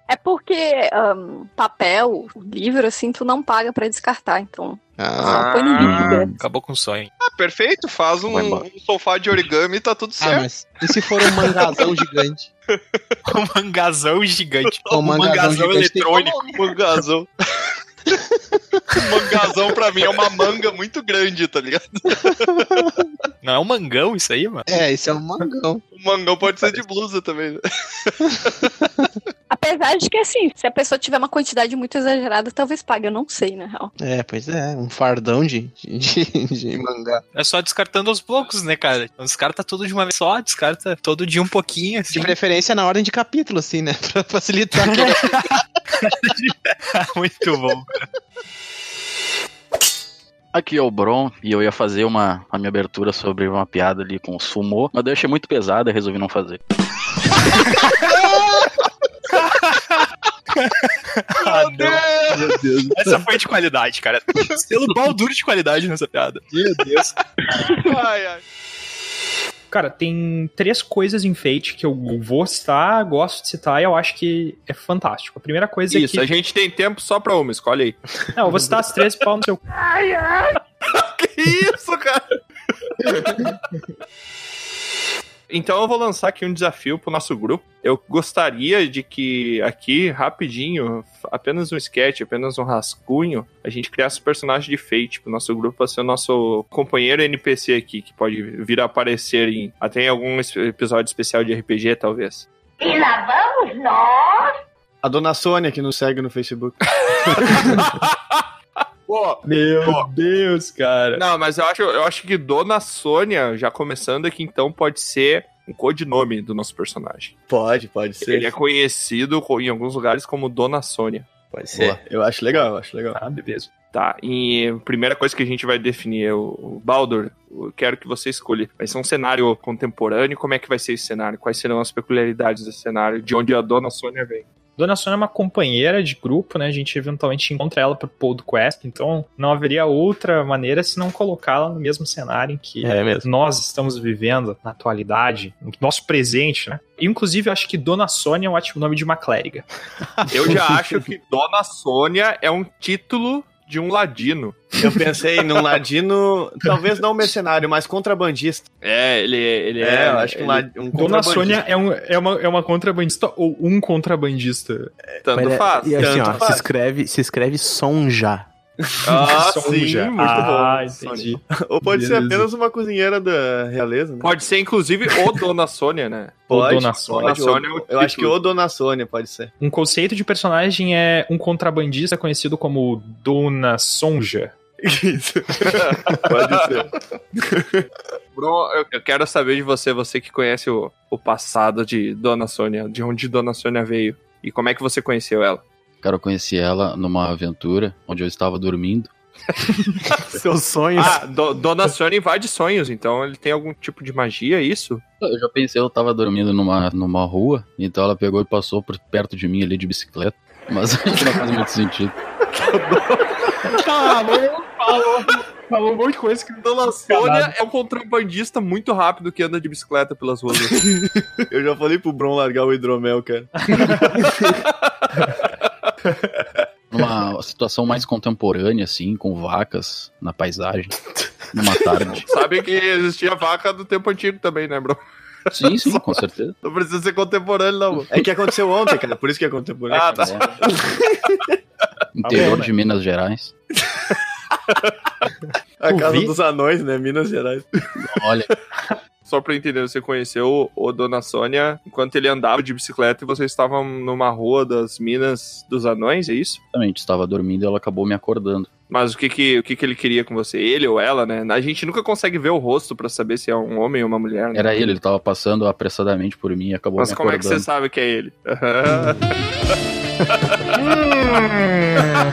É porque ahn, papel, livro, assim, tu não paga pra descartar, então.
Ah,
põe no
acabou com o sonho.
Ah, perfeito, faz um,
Vai embora.
um sofá de origami e tá tudo
Ah,
certo.
mas e se for um mangazão gigante?
Um mangazão gigante.
Um mangazão gigante.
Mangazão. mangazão pra mim é uma manga muito grande, tá ligado?
Não é um mangão isso aí, mano?
É, esse é um mangão.
O mangão pode ser de blusa também. né?
Apesar de que, assim, se a pessoa tiver uma quantidade muito exagerada, talvez pague, eu não sei, na real.
É, pois é, um fardão de, de, de- de mangá.
É só descartando aos poucos, né, cara? Então descarta tudo de uma vez só, descarta todo dia um pouquinho, assim.
De preferência na ordem de capítulo, assim, né? Pra facilitar.
Muito bom.
Aqui é o Bron, e eu ia fazer uma, a minha abertura sobre uma piada ali com o sumô, mas daí eu achei muito pesada e resolvi não fazer.
Ah, não. Essa foi de qualidade, cara. Selo Baldur de qualidade nessa piada.
Meu Deus.
Ai, ai.
Cara, tem três coisas em Fate que eu vou citar, gosto de citar e eu acho que é fantástico. A primeira coisa
Isso,
é que.
a gente tem tempo só pra uma, escolhe aí.
Não, eu vou citar as três pau no seu.
Ai, ai. que isso, cara? Então eu vou lançar aqui um desafio pro nosso grupo. Eu gostaria de que aqui, rapidinho, apenas um sketch, apenas um rascunho, a gente criasse um personagem de Fate pro nosso grupo pra ser o nosso companheiro NPC aqui, que pode vir a aparecer em até em algum es- episódio especial de RPG, talvez.
E lá vamos nós!
A dona Sônia que nos segue no Facebook.
Meu Deus, cara.
Não, mas eu acho, eu acho que Dona Sônia, já começando aqui, então, pode ser um codinome do nosso personagem.
Pode, pode ser.
Ele é conhecido co- em alguns lugares como Dona Sônia.
Pode ser. Boa. Eu acho legal, eu acho legal.
Ah, beleza.
Tá, e a primeira coisa que a gente vai definir é o o Baldur. Eu quero que você escolha. Vai ser um cenário contemporâneo? Como é que vai ser esse cenário? Quais serão as peculiaridades desse cenário? De onde a Dona Sônia vem?
Dona Sônia é uma companheira de grupo, né? A gente eventualmente encontra ela pro podcast, então não haveria outra maneira se não colocá-la no mesmo cenário em que
É mesmo.
nós estamos vivendo na atualidade, no nosso presente, né? Inclusive, eu acho que Dona Sônia é um ótimo nome de uma clériga.
Eu já acho que Dona Sônia é um título de um ladino.
Eu pensei num ladino, talvez não mercenário, mas contrabandista.
É, ele, ele
é. eu acho que um,
Ele-
lad- um
Dona
contrabandista.
Sônia é, um- é uma, é uma contrabandista ou um contrabandista?
Tanto
Mas é-
faz.
E assim,
tanto
ó,
faz.
se escreve, se escreve Sonja.
Ah, sim,
Sonja.
muito
Ah,
bom.
entendi.
Ou pode ser
Beleza.
apenas uma cozinheira da realeza, né?
Pode ser, inclusive, o Dona Sônia, né?
Pode.
Dona Sônia.
pode,
Dona Sônia é o
ou- eu acho que
título.
o Dona Sônia pode ser.
Um conceito de personagem é um contrabandista conhecido como Dona Sonja.
Isso. Pode ser. Bruno, eu, eu quero saber de você, você que conhece o, o passado de Dona Sônia, de onde Dona Sônia veio e como é que você conheceu ela.
Cara, eu conheci ela numa aventura onde eu estava dormindo.
Seus sonhos. Ah, do- Dona Sônia invade sonhos, então ele tem algum tipo de magia, é isso?
Eu já pensei, eu tava dormindo numa, numa rua, então ela pegou e passou por perto de mim ali de bicicleta. Mas acho que não faz muito sentido.
Falou, falou, falou um monte de coisa que Dona Sônia
né?
Caralho.
é um contrabandista muito rápido que anda de bicicleta pelas ruas.
Eu já falei pro Bron largar o hidromel, cara.
Numa situação mais contemporânea, assim, com vacas na paisagem, numa tarde.
Sabe que existia vaca do tempo antigo também, né, bro?
Sim, sim, com certeza.
Não precisa ser contemporâneo, não. mano.
É que aconteceu ontem, cara. Por isso que é contemporâneo.
Ah, tá.
É.
Interior
É,
bom,
né?
de Minas Gerais.
A casa
Vi?
dos anões, né? Minas Gerais.
Olha.
Só pra eu entender, você conheceu o, o Dona Sônia enquanto ele andava de bicicleta e vocês estavam numa rua das Minas dos Anões, é isso?
Exatamente, estava dormindo e ela acabou me acordando.
Mas o que que, o que que ele queria com você? Ele ou ela, né? A gente nunca consegue ver o rosto pra saber se é um homem ou uma mulher, né?
Era ele, ele tava passando apressadamente por mim e acabou
Mas
me
como é que
acordando.
você sabe que é ele? Aham. Hum.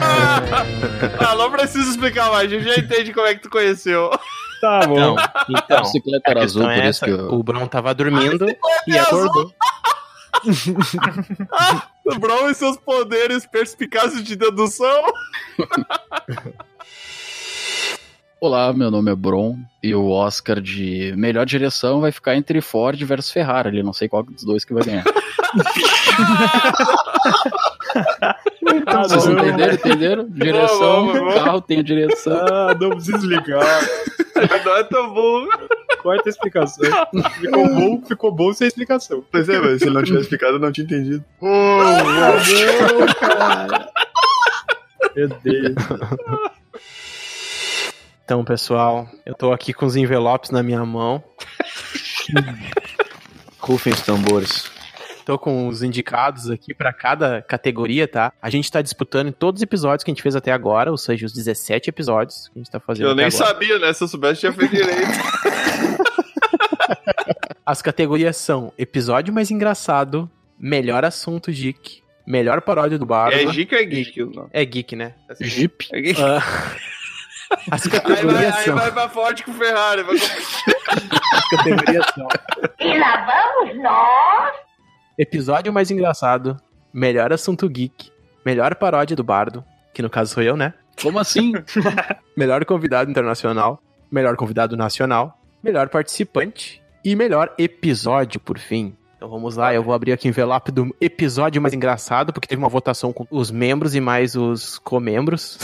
ah, não precisa explicar mais, eu já entendi como é que tu conheceu.
Tá bom.
Não,
Então,
a bicicleta era
Então, a
azul,
questão
por
é
isso
essa,
que eu-
O Brão tava dormindo e
é azul. Ah,
acordou.
O Brown e seus poderes perspicazes de dedução.
Olá, meu nome é Bron e o Oscar de melhor direção vai ficar entre Ford versus Ferrari. ali, Não sei qual dos dois que vai ganhar. Vocês
Tá bom.
entenderam? Entenderam? Direção,
Bom, bom, bom.
carro tem a direção.
Ah, não precisa desligar.
Não é tão bom.
Corta a explicação. Ficou bom, ficou bom sem explicação. Pois é, mas se ele não tivesse explicado, eu não tinha entendido.
Meu Deus. Então, pessoal, eu tô aqui com os envelopes na minha mão.
Rufem os tambores.
Tô com os indicados aqui pra cada categoria, tá? A gente tá disputando em todos os episódios que a gente fez até agora, ou seja, os 17 episódios que a gente tá fazendo
Eu
até
nem
agora.
sabia, né? Se eu soubesse, tinha feito direito.
As categorias são episódio mais engraçado, melhor assunto geek, melhor paródia do Barba.
É geek ou é geek? o nome?
É geek, né?
Jeep.
É geek.
Ah. As
Aí vai,
categorias
aí
são...
vai pra Ford com Ferrari. Vai...
As categorias são
E lá vamos nós.
episódio mais engraçado, melhor assunto geek, melhor paródia do Bardo, que no caso sou eu, né?
Como assim?
melhor convidado internacional, melhor convidado nacional, melhor participante e melhor episódio, por fim. Então vamos lá, eu vou abrir aqui o envelope do episódio mais engraçado, porque teve uma votação com os membros e mais os comembros.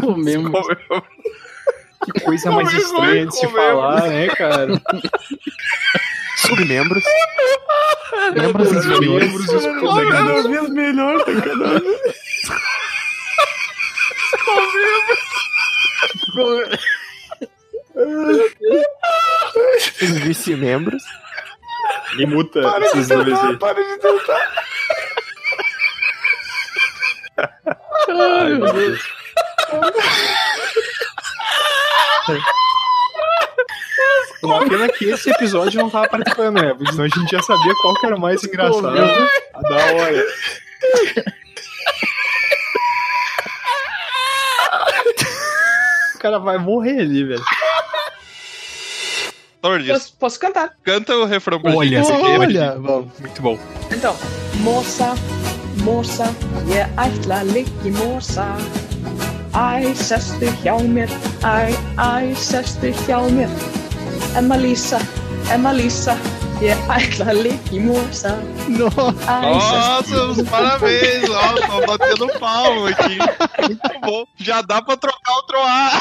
comemos.
Que coisa mais
Comemos,
estranha de se
comemos.
falar, né, cara?
Submembros. membros
Os
inferiores.
membros, os colegas.
vez melhor, tá cada
Os vice-membros.
Me muta esses dois aí.
para de tentar.
Ai, meu Deus.
Uma pena que esse episódio não tava participando, né? Porque senão a gente já sabia qual que era o mais engraçado. A da hora. O cara vai morrer ali, velho.
Posso, posso cantar.
Canta o refrão pra
Olha,
gente.
Olha,
muito bom.
Então, moça, moça, ég ætla liggi moça. Æ, sestu hjá mér, æ, æ, sestu hjá mér. Emma Lísa, Emma Lísa, ég ætla liggi moça. Nossa,
Nossa, os parabéns, ó, tô batendo palma aqui.
Tá
Muito bom. Já dá pra trocar o Troar.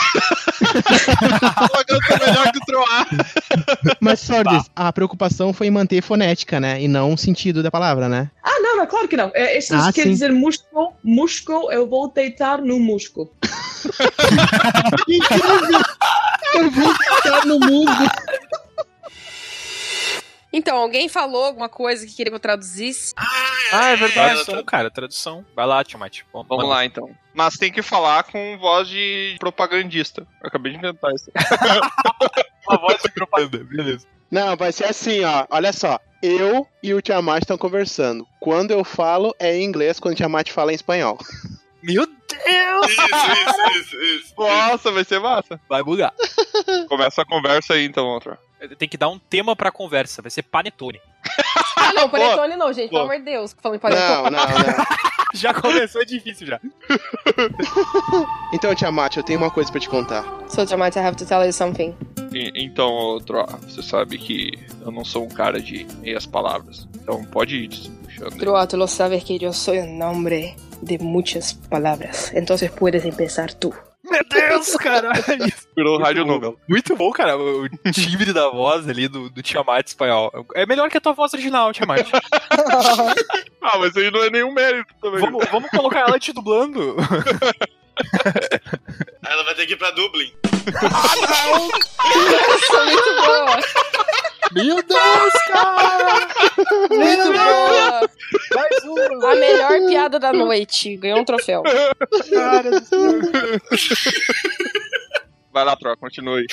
Ela canta melhor que o Troar.
Mas,
Tá.
Sordes, a preocupação foi em manter fonética, né? E não o sentido da palavra, né?
Ah, não, não, claro que não. É, Isso
Ah,
quer
sim.
dizer musco, musco, eu vou deitar no musco.
Eu vou estar no mundo. Então, alguém falou alguma coisa que queria que eu traduzisse?
Ah, é verdade.
é,
Tradução, cara, tradução. Vai lá, Tiamat. Vamos
Vamos lá, então. Mas tem que falar com voz de propagandista. Eu acabei de inventar isso. Uma voz de propaganda, beleza.
Não, vai ser assim, ó. Olha só. Eu e o Tiamat estão conversando. Quando eu falo é em inglês, quando o Tiamat fala é em espanhol.
Meu Deus!
Isso, isso, isso, isso. Nossa, vai ser massa.
Vai bugar.
Começa a conversa aí, então, outra.
Tem que dar um tema pra conversa, vai ser panetone.
Ah, não, panetone não, gente,
Boa.
pelo amor de Deus. Falando em panetone.
já começou difícil já.
Então, Tiamat, eu tenho uma coisa pra te contar.
So, Jamat, I have to tell you something.
E- Então, ô, Tro, você sabe que eu não sou um cara de meias palavras. Então pode ir se puxando. aí.
Troa, tú lo sabes que yo soy un hombre de muchas palabras. Entonces puedes empezar tú.
Meu Deus, caralho.
Virou um rádio novo.
Muito bom, cara, o o timbre da voz ali do, do Tiamat espanhol. É melhor que a tua voz original, Tiamat.
ah, mas aí não é nenhum mérito também.
Vamos, vamos colocar ela te dublando.
Aí ela vai ter que ir pra Dublin.
Ah,
Nossa, muito boa!
Meu Deus, cara!
Muito boa!
Mais uma!
A melhor piada da noite. Ganhou um troféu.
Vai lá, Tro, continue.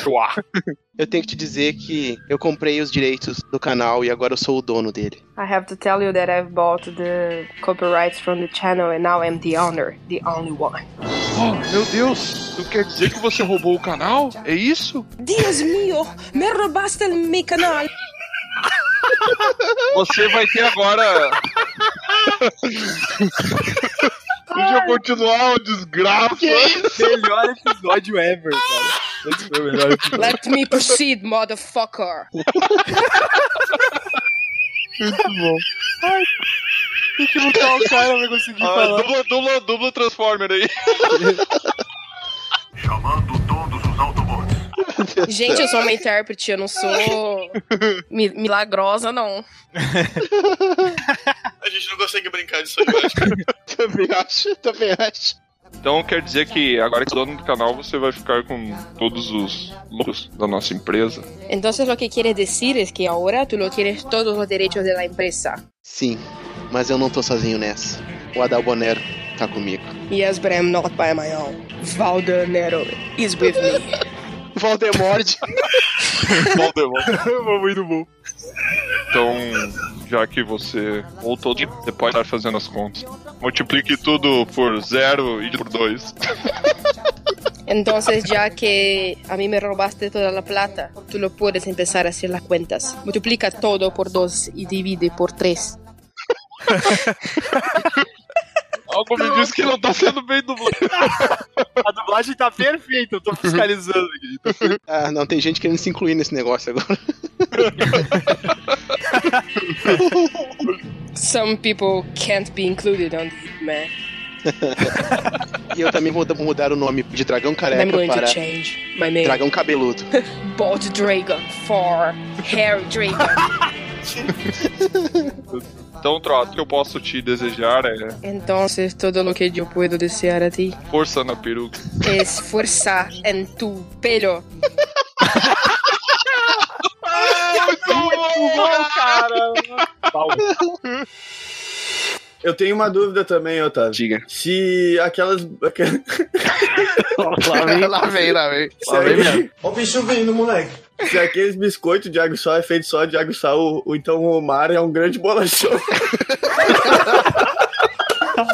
Eu tenho que te dizer que eu comprei os direitos do canal e agora eu sou o dono dele.
I have to tell you that I've bought the copyrights from the channel and now I'm the owner, the only one.
Oh,
meu Deus, tu quer dizer que você roubou o canal? É isso?
Deus meu, me roubaste meu canal.
Você vai ter agora. Deixa eu continuar, ô desgraça.
Melhor episódio ever, cara. Esse foi o melhor episódio.
Let me proceed, motherfucker.
Muito bom. Ai, tem que lutar o cara pra conseguir
Ah,
falar.
dubla, dubla, dubla o Transformer aí.
Gente, eu sou uma intérprete, eu não sou mi- milagrosa, não.
A gente não consegue brincar disso aí, eu acho.
também acho, também acho.
Então quer dizer que agora que é dono do canal você vai ficar com todos os lucros da nossa empresa.
Então, o que quieres dizer é que agora tu lo tienes todos os direitos da empresa.
Sim, mas eu não tô sozinho nessa. O Adalbonero tá comigo.
Yes, but I'm not by my own. Valdanero is with me.
Voldemort.
Voldemort. Muito bom. Então, já que você voltou, você pode estar fazendo as contas. Multiplique tudo por zero e por dois.
Então, já que a mim me roubaste toda a plata, tu lo puedes empezar a hacer las cuentas. Multiplica todo por dos e divide por três.
Algo me diz que não tá sendo bem dublado.
A dublagem tá perfeita, eu tô fiscalizando aqui.
Ah, não, tem gente querendo se incluir nesse negócio agora.
Some people can't be included on the man.
e eu também vou mudar o nome de Dragão Careca
I'm going to
para
change my name.
Dragão Cabeludo.
Bald Dragon for Harry Dragon.
Então, Troto, o que eu posso te desejar é
então, todo lo que eu puedo desejar a ti
força na peruca.
es fuerza en tu pelo.
Muito bom, cara!
é
Eu tenho uma dúvida também, Otávio.
Diga.
Se aquelas. aquelas-
Lá vem, lá vem, lá vem.
Se
Lá vem
aquele-
mesmo.
Ó o bicho vindo, moleque. Se aqueles biscoitos de água e sal é feito só de água e sal, o- o- então o mar é um grande bolachão.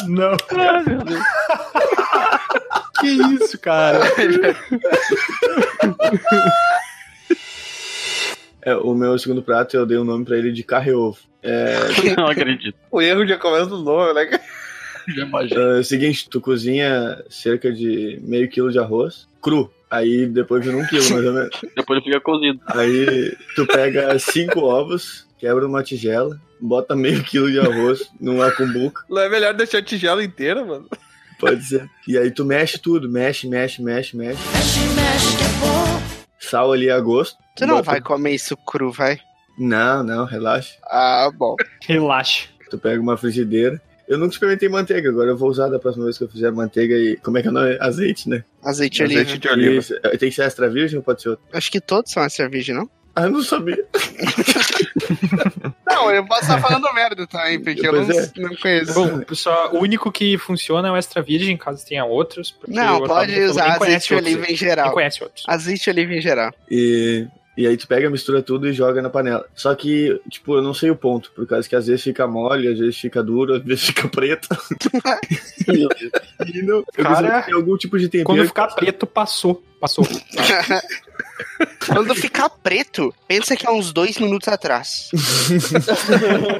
Não. que isso, cara?
É, o meu segundo prato eu dei o nome pra ele de carne e ovo. É...
Não acredito.
O erro já começa no nome, né? É o seguinte, tu cozinha cerca de meio quilo de arroz cru. Aí depois vira um quilo, mais ou menos.
Depois ele fica cozido.
Aí tu pega cinco ovos, quebra numa tigela, bota meio quilo de arroz numa cumbuca,
Não é melhor deixar a tigela inteira, mano?
pode ser. E aí tu mexe tudo, mexe, mexe, mexe, mexe. é Sal ali a gosto.
Tu não vai comer isso cru, vai?
Não, não, relaxa.
Ah, bom.
Relaxa. Tu pega uma frigideira. Eu nunca experimentei manteiga, agora eu vou usar da próxima vez que eu fizer manteiga e. Como é que é o nome? Azeite, né?
Azeite de oliva.
Isso. Tem que ser extra virgem ou pode ser outro?
Acho que todos são essa virgem, não?
Ah, eu não sabia.
Não, eu posso estar falando merda também, porque eu não,
Pois
não conheço.
Bom, só, o único que funciona é o extra virgem, caso tenha outros. porque
Não,
o Otávio
pode
falou,
usar
nem conhece
azeite de
outros,
oliva
nem
em geral.
conhece outros.
Azeite de oliva em geral.
E, e aí tu pega, mistura tudo e joga na panela. Só que, tipo, eu não sei o ponto, por causa que às vezes fica mole, às vezes fica duro, às vezes fica preto. e não, eu
Cara,
preciso ter algum tipo de tempero.
Quando ficar preto, passou. Passou.
Quando ficar preto, pensa que há uns dois minutos atrás.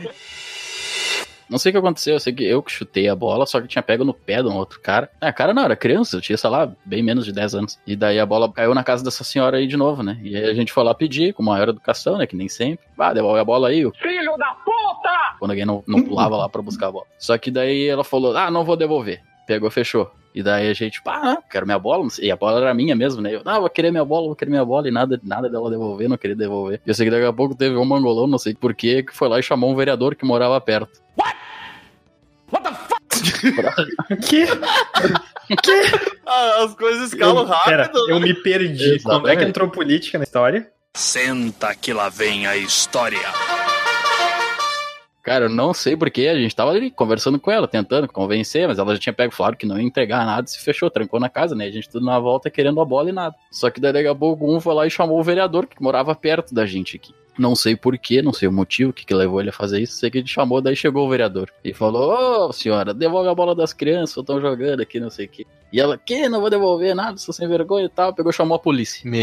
Não sei o que aconteceu, eu sei que eu que chutei a bola, só que tinha pego no pé de um outro cara. Ah, cara não, era criança, eu tinha, sei lá, bem menos de 10 anos. E daí a bola caiu na casa dessa senhora aí de novo, né? E aí a gente foi lá pedir, com maior educação, né? Que nem sempre. Ah, devolve a bola aí. eu-
Filho da puta!
Quando alguém não, não pulava lá pra buscar a bola. Só que daí ela falou, ah, não vou devolver. Pegou, fechou. E daí a gente, pá, ah, quero minha bola. não sei. E a bola era minha mesmo, né? Eu, ah, vou querer minha bola, vou querer minha bola. E nada, nada dela devolver, não queria devolver. E eu sei que daqui a pouco teve um mangolão, não sei porquê, que foi lá e chamou um vereador que morava perto.
Que?
que?
Ah,
as coisas escalam
rápido,
né?
né?
eu me perdi.
Exatamente.
Quando é que entrou política na história?
Senta que lá vem a história.
Cara, eu não sei porquê, a gente tava ali conversando com ela, tentando convencer, mas ela já tinha pego, claro que não ia entregar nada, se fechou, trancou na casa, né? A gente tudo na volta querendo a bola e nada. Só que daí daqui a pouco um foi lá e chamou o vereador que morava perto da gente aqui. Não sei porquê, não sei o motivo que, que levou ele a fazer isso, sei que ele chamou, daí chegou o vereador e falou: Ô senhora, devolve a bola das crianças, estão jogando aqui, não sei o quê. E ela, que? Não vou devolver nada, sou sem vergonha e tal. Pegou e chamou a polícia. Meu.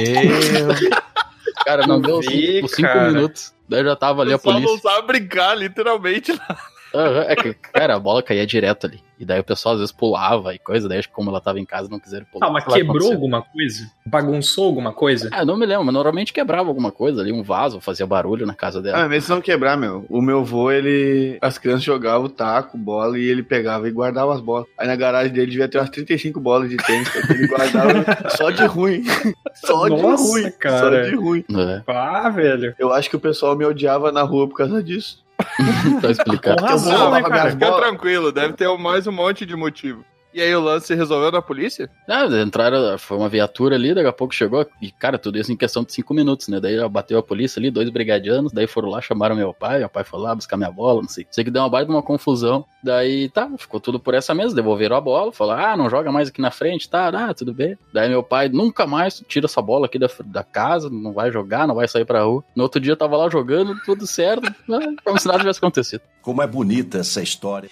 cara, não
Tu
deu
vi,
cinco, cinco
cara.
minutos. Daí já tava ali a
Só não
polícia.
sabe brincar, literalmente.
né?
Aham, é que, cara, a bola caía direto ali. E daí o pessoal às vezes pulava e coisa, daí acho que como ela tava em casa não quiseram pular.
Ah, mas
sei lá o que
quebrou
aconteceu.
alguma coisa? Bagunçou alguma coisa?
Ah, não me lembro, mas normalmente quebrava alguma coisa ali, um vaso, fazia barulho na casa dela.
Ah, mas se não quebrar, meu. O meu vô, ele. As crianças jogavam taco, bola, e ele pegava e guardava as bolas. Aí na garagem dele devia ter umas 35 bolas de tênis, que ele guardava só de ruim. Só
Nossa,
de ruim.
cara.
Só de ruim.
É.
Ah, velho.
Eu acho que o pessoal me odiava na rua por causa disso.
tá
É
explicado.
não,
né,
cara, fica tranquilo, deve ter mais um monte de motivo. E aí o lance se resolveu na polícia?
Ah, entraram, foi uma viatura ali, daqui a pouco chegou, e cara, tudo isso em questão de cinco minutos, né? Daí já bateu a polícia ali, dois brigadianos, daí foram lá, chamaram meu pai, meu pai foi lá buscar minha bola, não sei. Sei que deu uma baita de uma confusão, daí tá, ficou tudo por essa mesa, devolveram a bola, falaram, ah, não joga mais aqui na frente, tá, ah, tudo bem. Daí meu pai, nunca mais tira essa bola aqui da, da casa, não vai jogar, não vai sair pra rua. No outro dia eu tava lá jogando, tudo certo, né, como se nada tivesse acontecido.
Como é bonita essa história.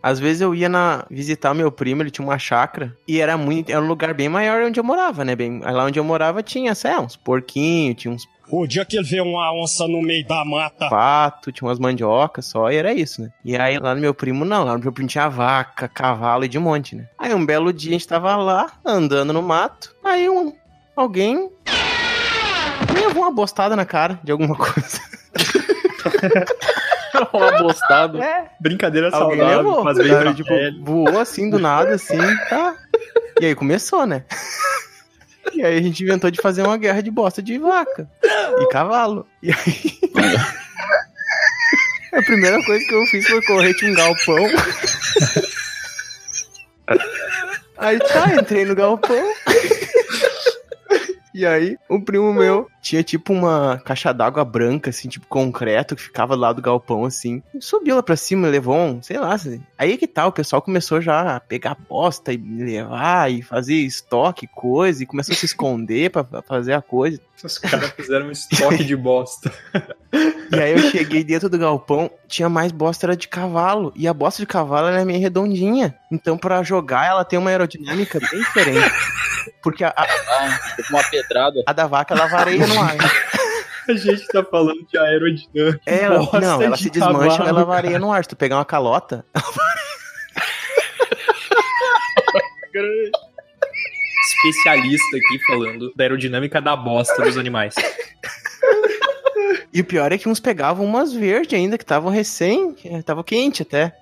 Às vezes eu ia na visitar meu primo, ele tinha uma chácara e era muito, era um lugar bem maior onde eu morava, né? Bem, lá onde eu morava tinha, sei lá, uns porquinhos, tinha uns
O dia que ele vê uma onça no meio da mata.
pato, tinha umas mandiocas só, e era isso, né? E aí lá no meu primo não, lá no meu primo tinha vaca, cavalo e de monte, né? Aí um belo dia a gente tava lá andando no mato, aí um alguém me levou uma bostada na cara de alguma coisa.
uma bostada.
É.
Brincadeira
Alguém
saudável,
levou,
mas bem
sabe?
pra
tipo,
pele.
voou assim do nada, assim, tá? E aí começou, né? E aí a gente inventou de fazer uma guerra de bosta de vaca e cavalo. E aí. A primeira coisa que eu fiz foi correr de um galpão. Aí tá, entrei no galpão. E aí, um primo meu tinha tipo uma caixa d'água branca, assim, tipo concreto, que ficava lá do galpão, assim. Subiu lá pra cima e levou um, sei lá. assim. Aí que tal, o pessoal começou já a pegar bosta e levar e fazer estoque, coisa, e começou a se esconder pra pra fazer a coisa.
Os caras fizeram um estoque de bosta.
E aí eu cheguei dentro do galpão, tinha mais bosta era de cavalo. E a bosta de cavalo ela é meio redondinha. Então, pra jogar, ela tem uma aerodinâmica bem diferente. Porque a,
a, Ah, uma pedrada.
a da vaca ela vareia no ar.
A gente tá falando de aerodinâmica.
É, ela-
Bosta
não, ela
de
se desmancha,
cavalo,
ela varia
cara.
no ar. Se tu pegar uma calota.
Especialista aqui falando da aerodinâmica da bosta dos animais.
E o pior é que uns pegavam umas verdes ainda, que estavam recém, estavam quente até.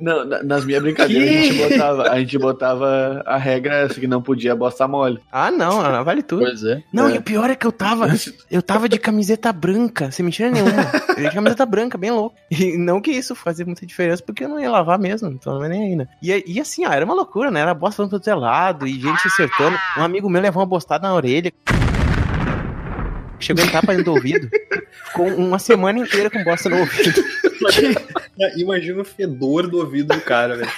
Não, na- nas minhas brincadeiras a gente,
Que?
botava, a gente botava a regra essa que não podia bosta mole.
Ah, não, ela vale tudo.
Pois é.
Não,
É.
e o pior é que eu tava. Eu tava de camiseta branca, sem mentira nenhuma. Eu ia de camiseta branca, bem louco. E não que isso fazia muita diferença, porque eu não ia lavar mesmo, então não é nem ainda. E, e assim, ah, era uma loucura, né? Era bosta falando todo lado, e gente se acertando. Um amigo meu levou uma bostada na orelha. Chegou a entrar pra dentro do ouvido. Ficou uma semana inteira com bosta no ouvido.
Imagina o fedor do ouvido do cara, velho.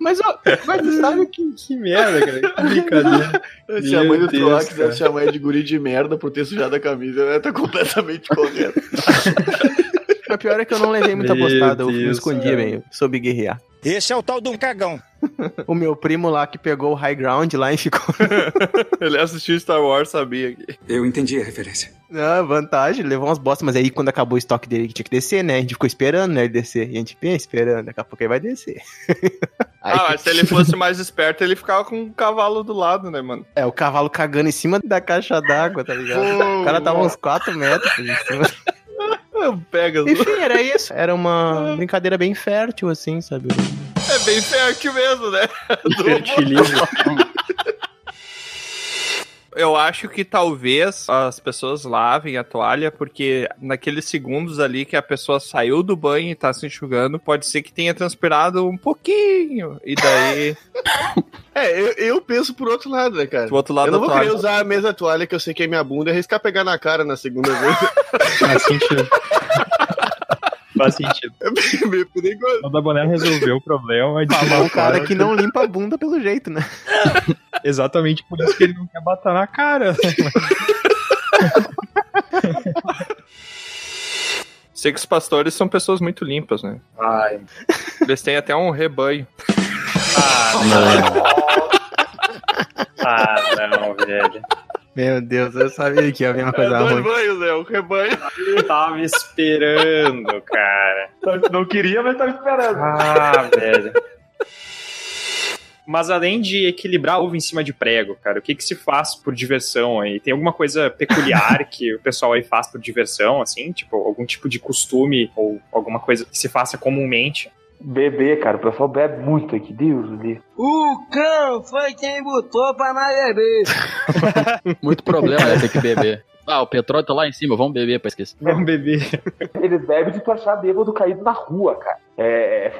Mas, ó, mas você sabe que, que merda,
cara. Que
né?
brincadeira.
Se a mãe do
Meu Deus,
Troax deve
cara.
chamar ele de guri de merda por ter sujado a camisa, ela tá completamente correta.
A pior é que eu não levei muita
Meu
postada, eu me
Deus,
escondi,
cara.
velho. Soube guerrear.
Esse é o tal de um cagão. o meu primo lá que pegou o high ground lá e ficou.
Ele assistiu Star Wars, sabia.
Eu entendi a referência. Ah, vantagem, levou umas bostas, mas aí quando acabou o estoque dele que tinha que descer, né? A gente ficou esperando, né? Ele descer. E a gente, bem, esperando, daqui a pouco ele vai descer.
Ah, mas se ele fosse mais esperto, ele ficava com um cavalo do lado, né, mano?
É, o cavalo cagando em cima da caixa d'água, tá ligado?
Pô,
o cara tava
mano.
uns 4 metros em cima.
Pega.
Enfim, era isso. Era uma brincadeira bem fértil, assim, sabe?
É bem fértil mesmo, né?
Fertilismo.
Eu acho que talvez as pessoas lavem a toalha, porque naqueles segundos ali que a pessoa saiu do banho e tá se enxugando, pode ser que tenha transpirado um pouquinho. E daí.
É, eu, eu penso por outro lado, né, cara?
Do outro lado
eu não
da
vou
toalha.
querer usar a mesma toalha que eu sei que é minha bunda e arriscar pegar na cara na segunda vez.
Faz sentido. Faz sentido.
É meio perigoso.
O Daboné resolveu o problema de
Falou
uma
um cara
forma
que não limpa a bunda pelo jeito, né?
Exatamente por isso que ele não quer bater na cara.
Sei que os pastores são pessoas muito limpas, né? Ai. Eles têm até um rebanho.
Ah, não, velho.
Meu Deus, eu sabia que ia vir uma coisa
Dois
ruim.
banhos, né? O rebanho. Tava esperando, cara. Não queria, mas tava esperando.
Ah, velho. Mas além de equilibrar ovo em cima de prego, cara, o que que se faz por diversão aí? Tem alguma coisa peculiar que o pessoal aí faz por diversão, assim? Tipo, algum tipo de costume ou alguma coisa que se faça comumente?
Beber, cara, o pessoal bebe muito aqui, Deus livre.
O cão foi quem botou pra nós beber.
Muito problema, né? Ter que beber. Ah, o petróleo tá lá em cima, vamos beber pra esquecer.
Vamos beber.
Eles bebem de tu achar bêbado caído na rua, cara. É. é-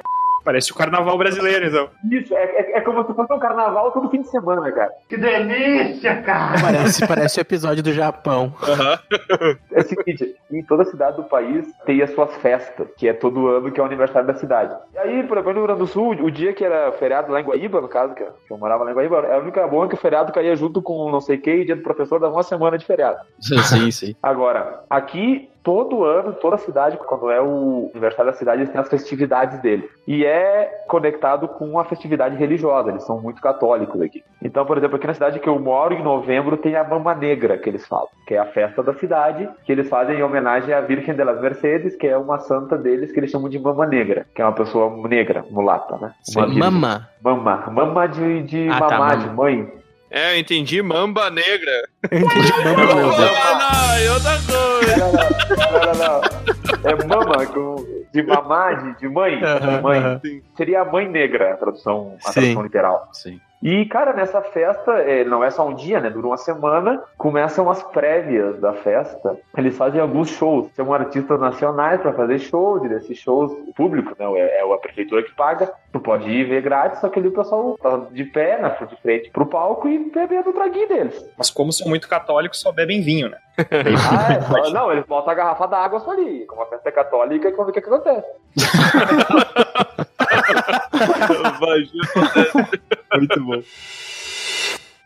Parece o carnaval brasileiro, então.
Isso, é, é, é como se fosse um carnaval todo fim de semana, cara. Que delícia, cara!
Parece, parece o episódio do Japão.
É o seguinte, em toda cidade do país tem as suas festas, que é todo ano, que é o aniversário da cidade. E aí, por exemplo, no Rio Grande do Sul, o dia que era feriado lá em Guaíba, no caso, que eu que eu morava lá em Guaíba, era a única boa que o feriado caía junto com não sei o que, e o dia do professor dava uma semana de feriado.
Sim, sim.
Agora, aqui, todo ano, toda cidade, quando é o aniversário da cidade, eles têm as festividades dele. E é conectado com a festividade religiosa, eles são muito católicos aqui. Então, por exemplo, aqui na cidade que eu moro, em novembro, tem a Mama Negra, que eles falam, que é a festa da cidade, que eles fazem em homenagem à Virgem de las Mercedes, que é uma santa deles, que eles chamam de Mama Negra, que é uma pessoa negra, mulata, né? Uma virgem.
Mama.
Mama. Mama de, de
Ah, tá,
mamar,
mama.
de mãe.
É, eu entendi mamba negra.
Ah, eu da É mama, com- de mamar, de, de mãe.
Aham,
de mãe.
aham.
Seria a mãe negra, a tradução, a
Sim.
tradução literal.
Sim.
E, cara, nessa festa, eh, não é só um dia, né? Dura uma semana. Começam as prévias da festa. Eles fazem alguns shows. Chamam artistas nacionais pra fazer shows. E desses shows, o público, né? É, é a prefeitura que paga. Tu pode ir ver grátis, só que ali o pessoal tá de pé, na frente, de frente pro palco e bebendo o traguinho deles.
Mas como são muito católicos, só bebem vinho, né?
Ah, é só- não, eles botam a garrafa d'água só ali. Como a festa é católica, como é que acontece?
Muito bom.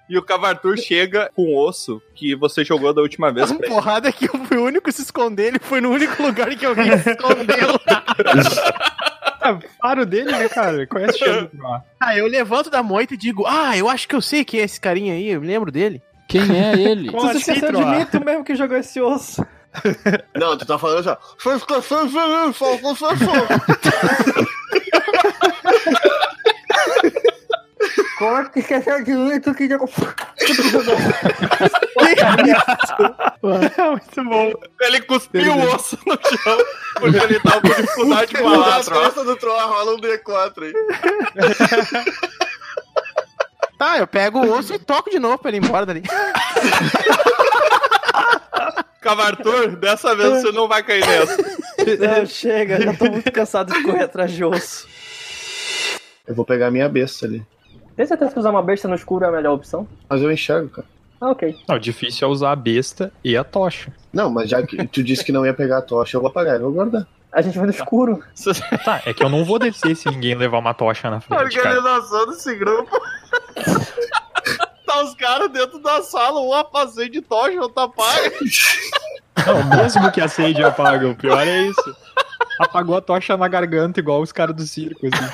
E o Cavartur chega com o osso que você jogou da última
Ah,
vez pra ele.
Porrada que eu fui o único a se esconder, ele foi no único lugar que alguém se escondeu.
Paro dele, né, cara? Conhece o cheiro do mar.
Ah, eu levanto da moita e digo, ah, eu acho que eu sei quem é esse carinha aí, eu me lembro dele.
Quem é ele?
Você esqueceu de mim, tu mesmo que jogou esse osso.
Não, tu tá falando assim, ó. Foi, ficou, foi, foi, foi, foi, foi, foi.
Como é que tu esqueceu de mim? Tu queria.
É
Muito bom. Ele cuspiu o osso no chão, porque ele tava com dificuldade de falar,
Na
troca.
festa do Troá rola um D4 aí.
Tá, eu pego o osso e toco de novo pra ele ir embora dali.
Cavartur, dessa vez você não vai cair nessa.
Não, chega, já tô muito cansado de correr atrás de osso.
Eu vou pegar minha besta ali.
Tem certeza que usar uma besta no escuro é a melhor opção?
Mas eu enxergo, cara.
Ah, ok.
Não, o difícil é usar a besta e a tocha.
Não, mas já que tu disse que não ia pegar a tocha, eu vou apagar, eu vou guardar.
A gente vai no escuro.
Tá, é que eu não vou descer se ninguém levar uma tocha na frente, cara.
Organização desse grupo. tá os caras dentro da sala, um apacei de tocha, outro apaga.
Não, mesmo que acende e apaga, o pior é isso. Apagou a tocha na garganta, igual os caras do circo, assim.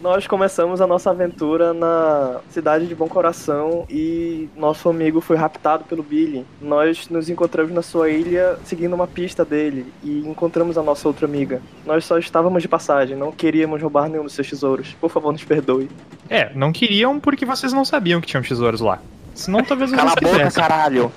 Nós começamos a nossa aventura na cidade de Bom Coração e nosso amigo foi raptado pelo Billy. Nós nos encontramos na sua ilha seguindo uma pista dele e encontramos a nossa outra amiga. Nós só estávamos de passagem, não queríamos roubar nenhum dos seus tesouros. Por favor, nos perdoe.
É, não queriam porque vocês não sabiam que tinham tesouros lá. Senão talvez vocês
Cala a boca,
quisessem.
caralho.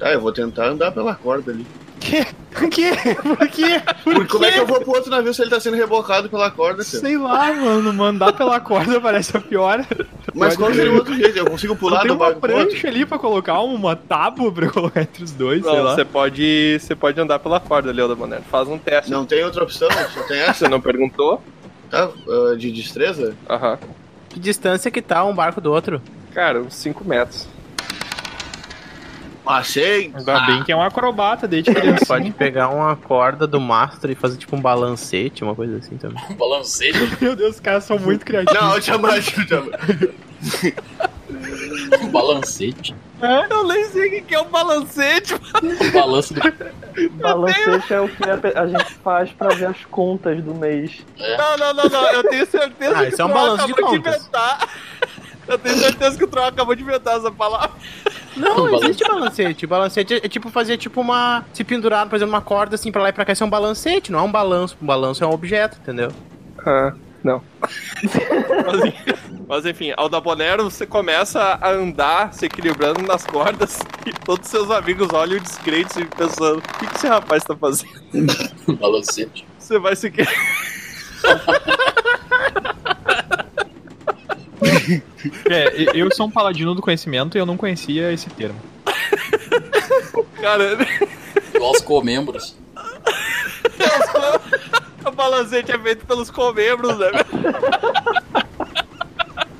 Ah, eu vou tentar andar pela corda ali.
Que? Por quê? Por quê?
Por como é que eu vou pro outro navio se ele tá sendo rebocado pela corda, cara?
Sei lá, mano, mandar pela corda parece a pior.
Mas qual seria o outro jeito? Eu consigo pular
Tem
do
uma
barco pro outro?
prancha ali pra colocar uma tábua pra colocar entre os dois, sei
Não,
lá.
você pode, você pode andar pela corda, Leo da Bonero. Faz um teste.
Não tem outra opção, só tem essa.
Você não perguntou?
Tá, de destreza?
Aham.
Que distância que tá um barco do outro?
Cara, uns 5 metros.
Achei!
Ainda bem que é um acrobata desde criança.
Pode pegar uma corda do mastro e fazer tipo um balancete, uma coisa assim também.
Balanceiro.
Meu Deus, os caras são muito criativos.
Não, eu te abaixo, eu te abaixo.
Um Balancete.
Eu nem sei o que que é um balancete.
Balanço do.
Balancete é o que a pe- a gente faz pra ver as contas do mês.
Não, não, não, não. Eu tenho certeza
Ah,
que
isso é um
o Troá
balanço de
acabou de,
contas.
inventar. Eu tenho certeza que o Troá acabou de inventar essa palavra.
Não, existe Um balancete. Balancete é tipo fazer tipo uma. Se pendurar, por exemplo, uma corda assim pra lá e pra cá, isso é um balancete, não é um balanço. Um balanço é um objeto, entendeu?
Ah, não.
Mas enfim, ao da Bonero, você começa a andar se equilibrando nas cordas e todos os seus amigos olham descrentes e pensando: o que, que esse rapaz tá fazendo?
Balancete.
Você vai se. que-
É, e- eu sou um paladino do conhecimento e eu não conhecia esse termo.
Cara,
Igual os comembros.
o balancete é feito pelos comembros, né?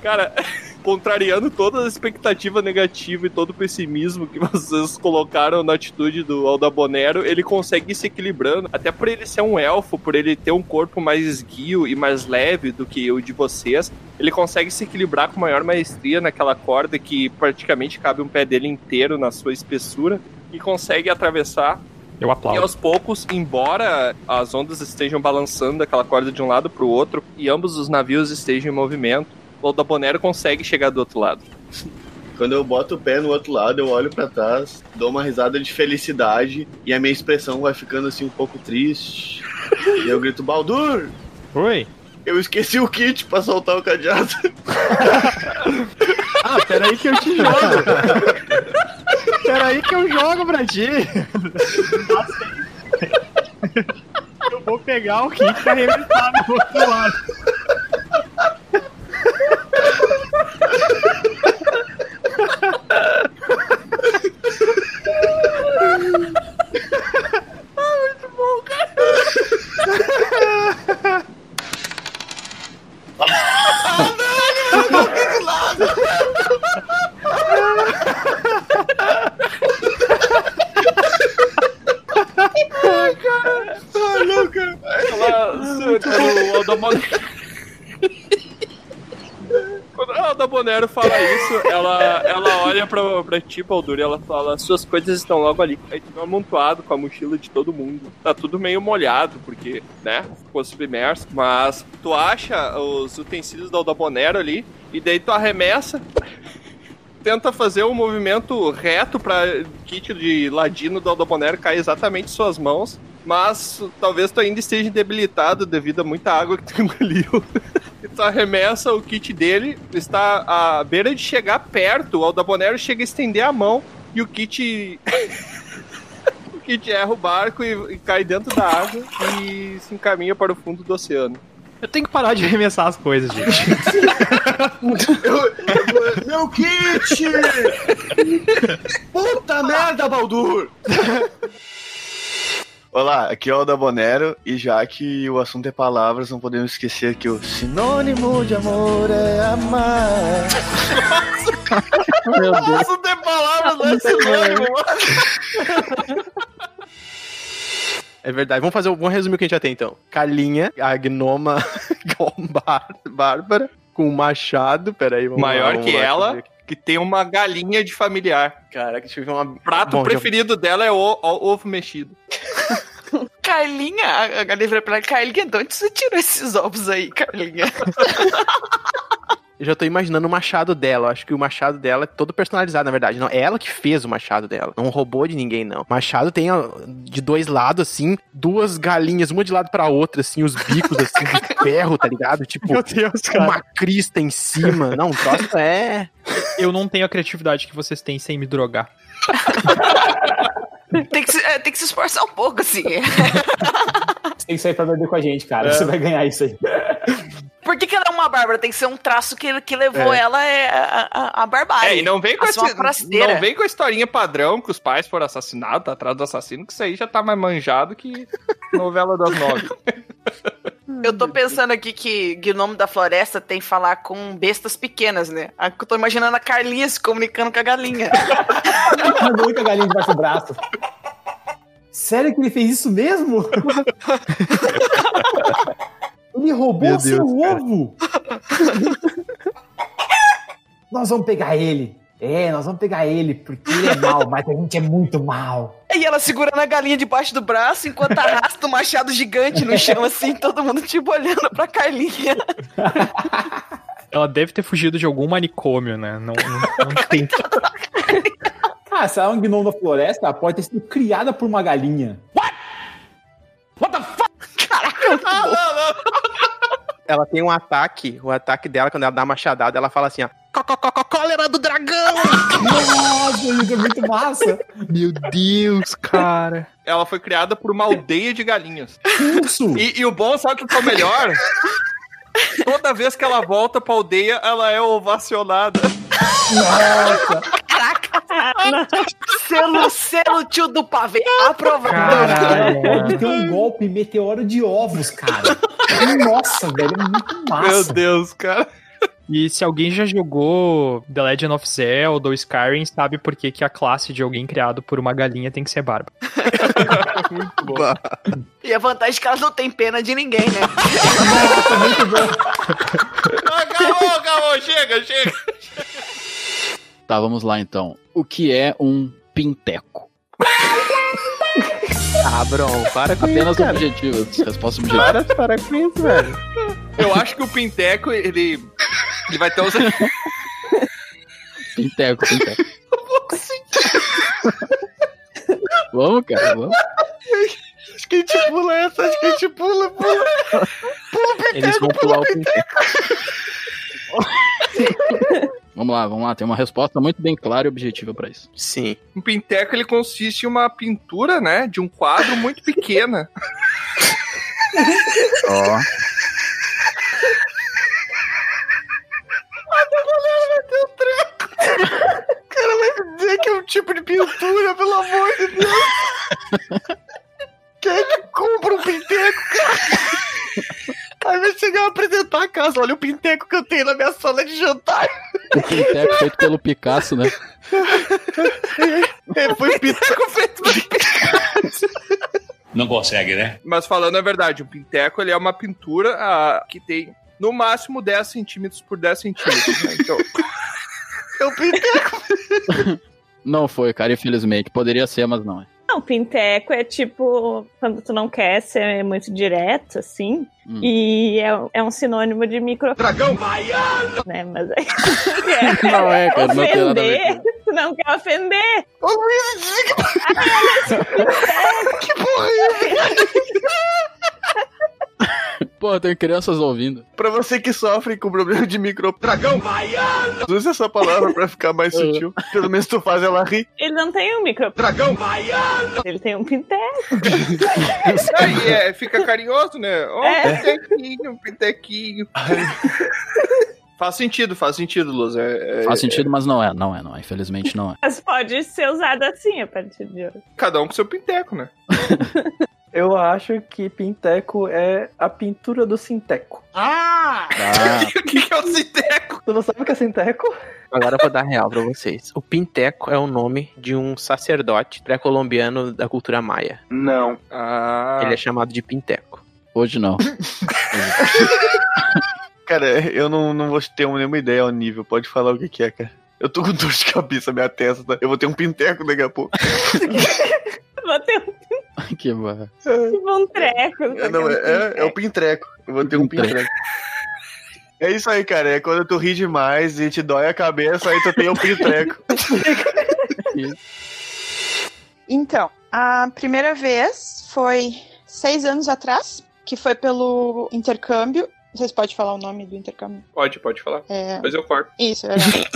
Cara, contrariando toda a expectativa negativa e todo o pessimismo que vocês colocaram na atitude do Aldabonero, ele consegue ir se equilibrando. Até por ele ser um elfo, por ele ter um corpo mais esguio e mais leve do que o de vocês, ele consegue se equilibrar com maior maestria naquela corda que praticamente cabe um pé dele inteiro na sua espessura e consegue atravessar
Eu
e
aplaudo.
aos poucos, embora as ondas estejam balançando aquela corda de um lado pro outro e ambos os navios estejam em movimento, o Dabonero consegue chegar do outro lado.
Quando eu boto o pé no outro lado, eu olho pra trás, dou uma risada de felicidade e a minha expressão vai ficando assim um pouco triste. e eu grito, Baldur!
Oi?
Eu esqueci o kit pra soltar o cadeado.
Ah, peraí que eu te jogo. peraí que eu jogo pra ti. Eu vou pegar o kit pra arrebentar no outro lado.
Ai, cara. Ai, não, cara.
O Aldabonero... Quando a Aldabonero fala isso, ela, ela olha pra, pra ti, Baldur, e ela fala: Suas coisas estão logo ali. Aí tu vê um amontoado com a mochila de todo mundo. Tá tudo meio molhado, porque, né, ficou submerso. Mas tu acha os utensílios da Aldabonero ali, e daí tu arremessa. Tenta fazer um movimento reto pra kit de ladino do Aldabonero cair exatamente em suas mãos, mas talvez tu ainda esteja debilitado devido a muita água que tu engoliu. E tu arremessa o kit dele, está à beira de chegar perto, o Aldabonero chega a estender a mão e o kit. o kit erra o barco e, e cai dentro da água e se encaminha para o fundo do oceano.
Eu tenho que parar de arremessar as coisas, gente.
Meu kit! Puta merda, Baldur! Olá, aqui é o da Bonero e já que o assunto é palavras, não podemos esquecer que o sinônimo de amor é amar. Meu Deus.
Nossa,
não tem palavras, não é sinônimo,
É verdade. Vamos fazer um bom resumo que a gente já tem, então. Calinha, a gnoma Gombar- Bárbara, com o machado. Peraí, vamos lá,
Maior
vamos
que
lá,
ela, que tem uma galinha de familiar.
Cara, que tive uma.
Prato
Bom, já-
preferido dela é o, o- ovo mexido.
Carlinha, a, a livra pra ela, Carlinha, de onde você tirou esses ovos aí, Carlinha?
Eu já tô imaginando o machado dela. Eu acho que o machado dela é todo personalizado, na verdade. Não, é ela que fez o machado dela. Não roubou de ninguém, não. Machado tem ó, de dois lados, assim, duas galinhas, uma de lado pra outra, assim, os bicos, assim, de ferro, tá ligado? Tipo,
Meu Deus, cara.
uma crista em cima. Não, o troço é.
Eu não tenho a criatividade que vocês têm sem me drogar.
tem, que se, é, tem que se esforçar um pouco, assim.
Você tem que sair pra beber com a gente, cara. É. Você vai ganhar isso aí.
Por que, que ela é uma Bárbara? Tem que ser um traço que, que levou
É.
ela é a, a, a barbárie.
É, e não vem com
a sua
esse-
forasteira.
não vem com a historinha padrão que os pais foram assassinados, tá atrás do assassino, que isso aí já tá mais manjado que novela das nove.
Eu tô pensando aqui que Gnomo da Floresta tem que falar com bestas pequenas, né? Ah, Eu tô imaginando a Carlinha se comunicando com a galinha.
Mandou muita galinha debaixo do braço. Sério que ele fez isso mesmo? ele roubou
Meu
seu
Deus, cara.
ovo! nós vamos pegar ele. É, nós vamos pegar ele, porque ele é mau, mas a gente é muito mal.
E ela segurando a galinha debaixo do braço enquanto arrasta um machado gigante no chão, assim, todo mundo tipo olhando pra Carlinha.
Ela deve ter fugido de algum manicômio, né? Não, não, não tem.
Ah, se ela é um gnomo da floresta, ela pode ter sido criada por uma galinha.
Ela tem um ataque. O ataque dela, quando ela dá uma machadada, ela fala assim, ó. Cólera do dragão!
Nossa, isso é muito massa!
Meu Deus, cara.
Ela foi criada por uma aldeia de galinhas.
Isso!
E, e o bom, sabe o que é o melhor? Toda vez que ela volta pra aldeia, ela é ovacionada.
Nossa!
Selo, selo, tio do pavê. Aprovado.
Caralho, pode ter um golpe meteoro de ovos, cara. Nossa, velho, é muito massa.
Meu
Deus, cara.
E se alguém já jogou The Legend of Zelda ou Skyrim, sabe por que, que a classe de alguém criado por uma galinha tem que ser barba.
E a vantagem é que ela não tem pena de ninguém, né?
Acabou, acabou, chega, chega.
Tá, vamos lá então. O que é um pinteco?
Ah, Bron, para
com
Apenas um
isso, cara.
objetivo, resposta objetiva.
Para, para com isso, velho.
Eu acho que o Pinteco, ele. Ele vai ter os.
Pinteco, pinteco. vamos, cara, vamos.
Acho que a gente pula essa, acho que a gente pula, pula. Pula o piteco,
Eles vão
pula
pular o Vamos lá, vamos lá. Tem uma resposta muito bem clara e objetiva pra isso.
Sim.
Um Pinteco, ele consiste em uma pintura, né? De um quadro muito pequena.
Ó.
Mas a galera vai ter um treco. O cara vai me dizer que é um tipo de pintura, pelo amor de Deus. Quem é que compra um pinteco, cara? Aí vai chegar a apresentar a casa. Olha o pinteco que eu tenho na minha sala de jantar.
O pinteco é feito pelo Picasso, né?
É, foi Pinteco feito
Não consegue, né?
Mas falando a verdade, o Pinteco, ele é uma pintura ah, que tem no máximo 10 centímetros por 10 centímetros, né? Então.
Eu pinteco.
Não foi, cara, infelizmente. Poderia ser, mas não é.
Não, Pinteco é tipo quando tu não quer ser muito direto, assim.
Hum.
E é, é um sinônimo de micro. Dragão baiano! Né, mas aí.
Não é, cara, não tem nada a ver.
ofender, tu não quer ofender. Ô, Luiz,
Que porra é essa?
Pô, tem crianças ouvindo.
Pra você que sofre com problema de micro... Dragão baiano! Usa essa palavra pra ficar
É.
mais sutil. Pelo menos tu faz ela rir.
Ele não tem um micro.
Dragão
baiano! Ele tem um Pinteco.
Aí é, fica carinhoso, né? Ó,
É.
um pintequinho, um pintequinho. faz sentido, faz sentido, Luz. É- é-
Faz sentido, mas não é, não é, não é. Infelizmente não é.
Mas pode ser usado assim a partir de hoje.
Cada um com seu pinteco, né?
Eu acho que Pinteco é a pintura do Sinteco.
Ah!
O que, é o Sinteco? Tu não sabe o que é Sinteco?
Agora eu vou dar real pra vocês. O Pinteco é o nome de um sacerdote pré-colombiano da cultura maia.
Não.
Ah.
Ele é chamado de Pinteco.
Hoje não.
Cara, eu não, não vou ter nenhuma ideia ao nível. Pode falar o que, que é, cara. Eu tô com dor de cabeça, minha testa. Eu vou ter um pinteco daqui a pouco.
Vou ter um
que barra.
tipo um treco.
É, não, é, é, é o pintreco. Eu vou ter um pintreco. É isso aí, cara. É quando tu ri demais e te dói a cabeça, aí tu tem o pintreco.
Então, a primeira vez foi seis anos atrás, que foi pelo intercâmbio. Vocês podem falar o nome do intercâmbio?
Pode, pode falar.
É.
Depois eu corto.
Isso, é verdade.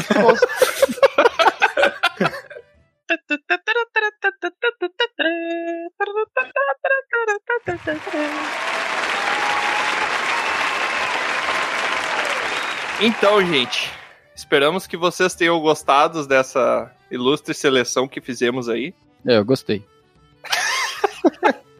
Então, gente, esperamos que vocês tenham gostado dessa ilustre seleção que fizemos aí.
É, eu gostei.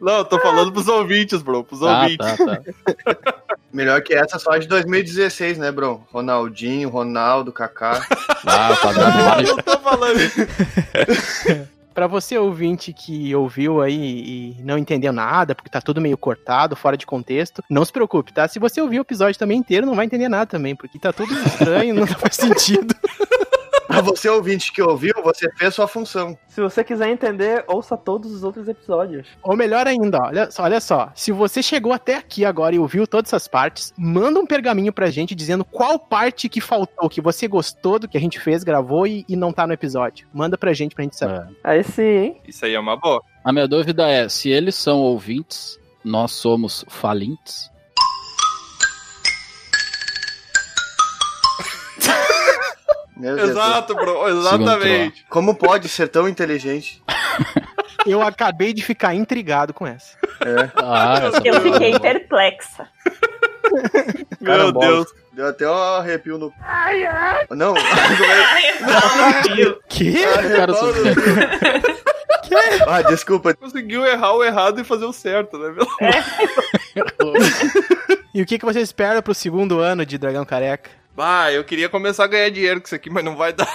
Não, eu tô falando pros ouvintes, bro, pros
Ah,
ouvintes.
tá,
Melhor que essa só de 2016, né, bro? Ronaldinho, Ronaldo, Kaká.
Ah, tá
dando
não tô falando Pra você ouvinte que ouviu aí e não entendeu nada, porque tá tudo meio cortado, fora de contexto, não se preocupe, tá? Se você ouvir o episódio também inteiro, não vai entender nada também, porque tá tudo estranho, não faz sentido.
Pra você ouvinte que ouviu, você fez sua função.
Se você quiser entender, ouça todos os outros episódios.
Ou melhor ainda, ó, olha, olha só, se você chegou até aqui agora e ouviu todas essas partes, manda um pergaminho pra gente dizendo qual parte que faltou, que você gostou do que a gente fez, gravou e, e não tá no episódio. Manda pra gente pra gente saber.
Aí sim, hein?
Isso aí é uma boa.
A minha dúvida é: se eles são ouvintes, nós somos falintes?
Meu
Exato, bro, exatamente.
Como pode ser tão inteligente?
Eu acabei de ficar intrigado com essa.
É.
Ah,
Eu fiquei perplexa.
Meu Deus. Deu até um arrepio no.
Ai, ai.
Não.
que?
Cara,
um
Ah, desculpa.
Conseguiu errar o errado e fazer o certo, né? Pelo amor de
E o que, que você espera pro segundo ano de Dragão Careca?
Bah, eu queria começar a ganhar dinheiro com isso aqui, mas não vai dar.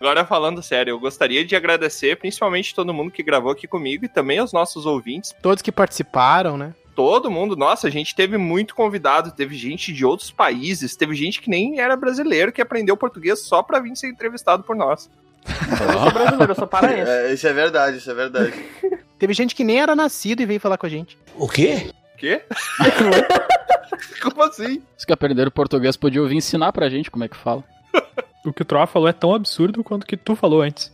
Agora falando sério, eu gostaria de agradecer principalmente todo mundo que gravou aqui comigo e também aos nossos ouvintes.
Todos que participaram, né?
Todo mundo, nossa, a gente teve muito convidado, teve gente de outros países, teve gente que nem era brasileiro que aprendeu português só pra vir ser entrevistado por nós.
brasileiro, eu sou paraense.
É, isso é verdade, isso é verdade.
Teve gente que nem era nascido e veio falar com a gente.
O quê?
Quê?
Como assim?
Os que aprenderam português podiam vir ensinar pra gente como é que fala.
O que o Troá falou é tão absurdo quanto o que tu falou antes.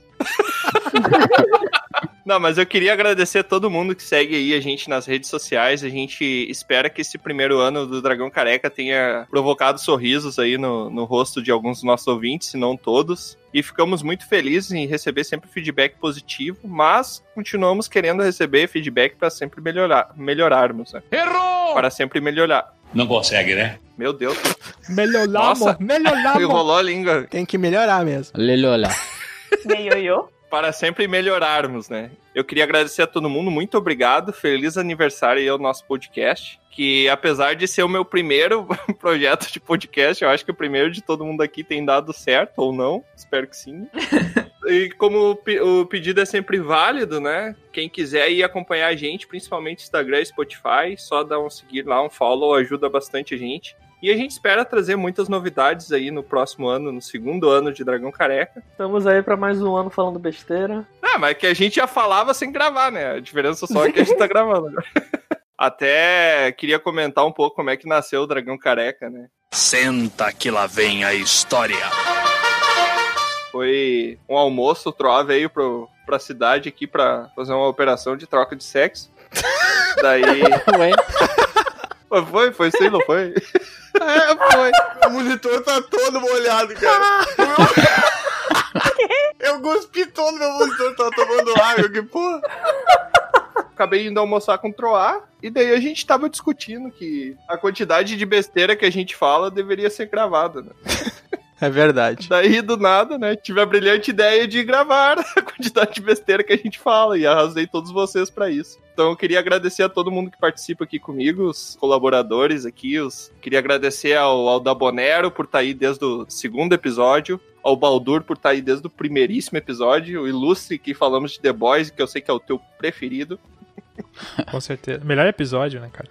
Não, mas eu queria agradecer todo mundo que segue aí a gente nas redes sociais. A gente espera que esse primeiro ano do Dragão Careca tenha provocado sorrisos aí no, no rosto de alguns dos nossos ouvintes, se não todos. E ficamos muito felizes em receber sempre feedback positivo, mas continuamos querendo receber feedback para sempre melhorar, melhorarmos, né? Errou! Para sempre melhorar.
Não consegue, né?
Meu Deus.
Melhoramos,
Nossa.
melhoramos.
Enrolou a língua.
Tem que melhorar mesmo.
Lelolá.
Meioiô.
para sempre melhorarmos, né? Eu queria agradecer a todo mundo, muito obrigado, feliz aniversário aí ao nosso podcast, que apesar de ser o meu primeiro projeto de podcast, eu acho que o primeiro de todo mundo aqui tem dado certo ou não, espero que sim. E como o pe- o pedido é sempre válido, né? Quem quiser ir acompanhar a gente, principalmente Instagram e Spotify, só dá um seguir lá, um follow, ajuda bastante a gente. E a gente espera trazer muitas novidades aí no próximo ano, no segundo ano de Dragão Careca.
Estamos aí pra mais um ano falando besteira.
Ah, mas é que a gente já falava sem gravar, né? A diferença só é que a gente tá gravando agora. Até queria comentar um pouco como é que nasceu o Dragão Careca, né?
Senta que lá vem a história.
Foi um almoço, o Troá veio pro, pra cidade aqui pra fazer uma operação de troca de sexo. Daí.
Ué?
Foi, foi, foi sim, não foi?
É, foi. O monitor tá todo molhado, cara. Eu gospi todo meu monitor, tá tomando água, que porra.
Acabei indo almoçar com o Troá, e daí a gente tava discutindo que a quantidade de besteira que a gente fala deveria ser gravada, né?
É verdade.
Daí, do nada, né? Tive a brilhante ideia de gravar a quantidade de besteira que a gente fala e arrasei todos vocês pra isso. Então, eu queria agradecer a todo mundo que participa aqui comigo, os colaboradores aqui. Os... Queria agradecer ao, ao Dabonero por estar aí desde o segundo episódio. Ao Baldur por estar aí desde o primeiríssimo episódio. O Ilustre, que falamos de The Boys, que eu sei que é o teu preferido.
Com certeza. Melhor episódio, né, cara?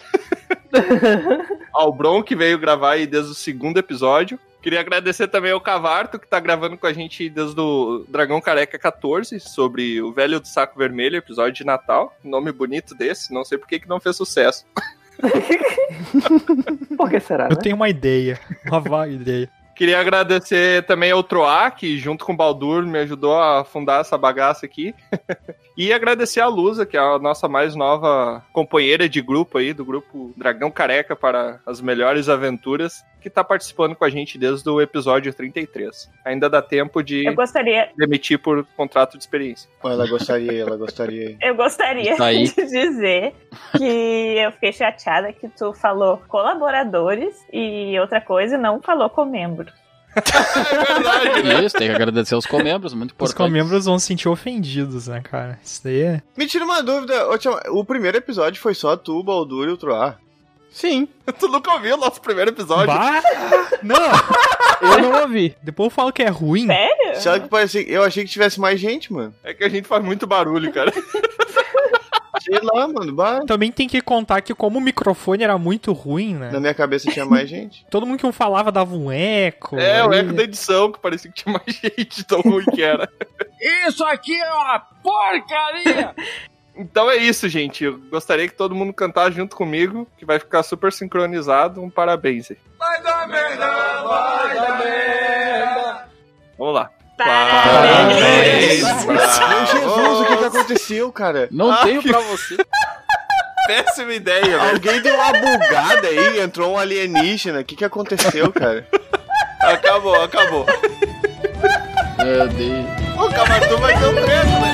ao Bron, que veio gravar aí desde o segundo episódio. Queria agradecer também ao Cavarto, que tá gravando com a gente desde o Dragão Careca 14, sobre o Velho do Saco Vermelho, episódio de Natal. Nome bonito desse, não sei por que que não fez sucesso.
Por que será, né?
Eu tenho uma ideia, uma vaga ideia.
Queria agradecer também ao Troá, que junto com o Baldur me ajudou a fundar essa bagaça aqui. e agradecer a Lusa, que é a nossa mais nova companheira de grupo aí, do grupo Dragão Careca para as melhores aventuras, que tá participando com a gente desde o episódio 33. Ainda dá tempo de
Eu gostaria,
demitir por contrato de experiência.
Ela gostaria, ela gostaria.
eu gostaria
Isso aí.
de dizer que eu fiquei chateada que tu falou colaboradores e outra coisa não falou comembro.
Isso, tem que agradecer aos comembros, muito
Os
importante.
comembros vão se sentir ofendidos, né, cara? Isso daí é.
Me tira uma dúvida, ô, Tião, o primeiro episódio foi só tu, Baldur e o Troar.
Sim.
tu nunca ouviu o nosso primeiro episódio?
Bah! Não! Eu não ouvi. Depois eu falo que é ruim.
Sério?
Só que parecia, eu achei que tivesse mais gente, mano.
É que a gente faz muito barulho, cara.
Sei lá, mano. Bah.
Também tem que contar que como o microfone era muito ruim, né?
Na minha cabeça tinha mais gente.
Todo mundo que um falava dava um eco.
É, o
aí-
eco da edição, que parecia que tinha mais gente tão ruim que era.
Isso aqui é uma porcaria!
Então é isso, gente. Eu gostaria que todo mundo cantasse junto comigo, que vai ficar super sincronizado. Um parabéns aí.
Vai dar merda, vai dar merda!
Vamos lá.
Parabéns!
Meu Jesus, o que, que aconteceu, cara?
Não
Ah,
tenho
que
pra você.
Péssima ideia,
né?
velho.
Alguém deu uma bugada aí, entrou um alienígena. O que, que aconteceu, cara?
Acabou, acabou.
Meu Deus.
O Cavatu
é
vai ter um treino,
né?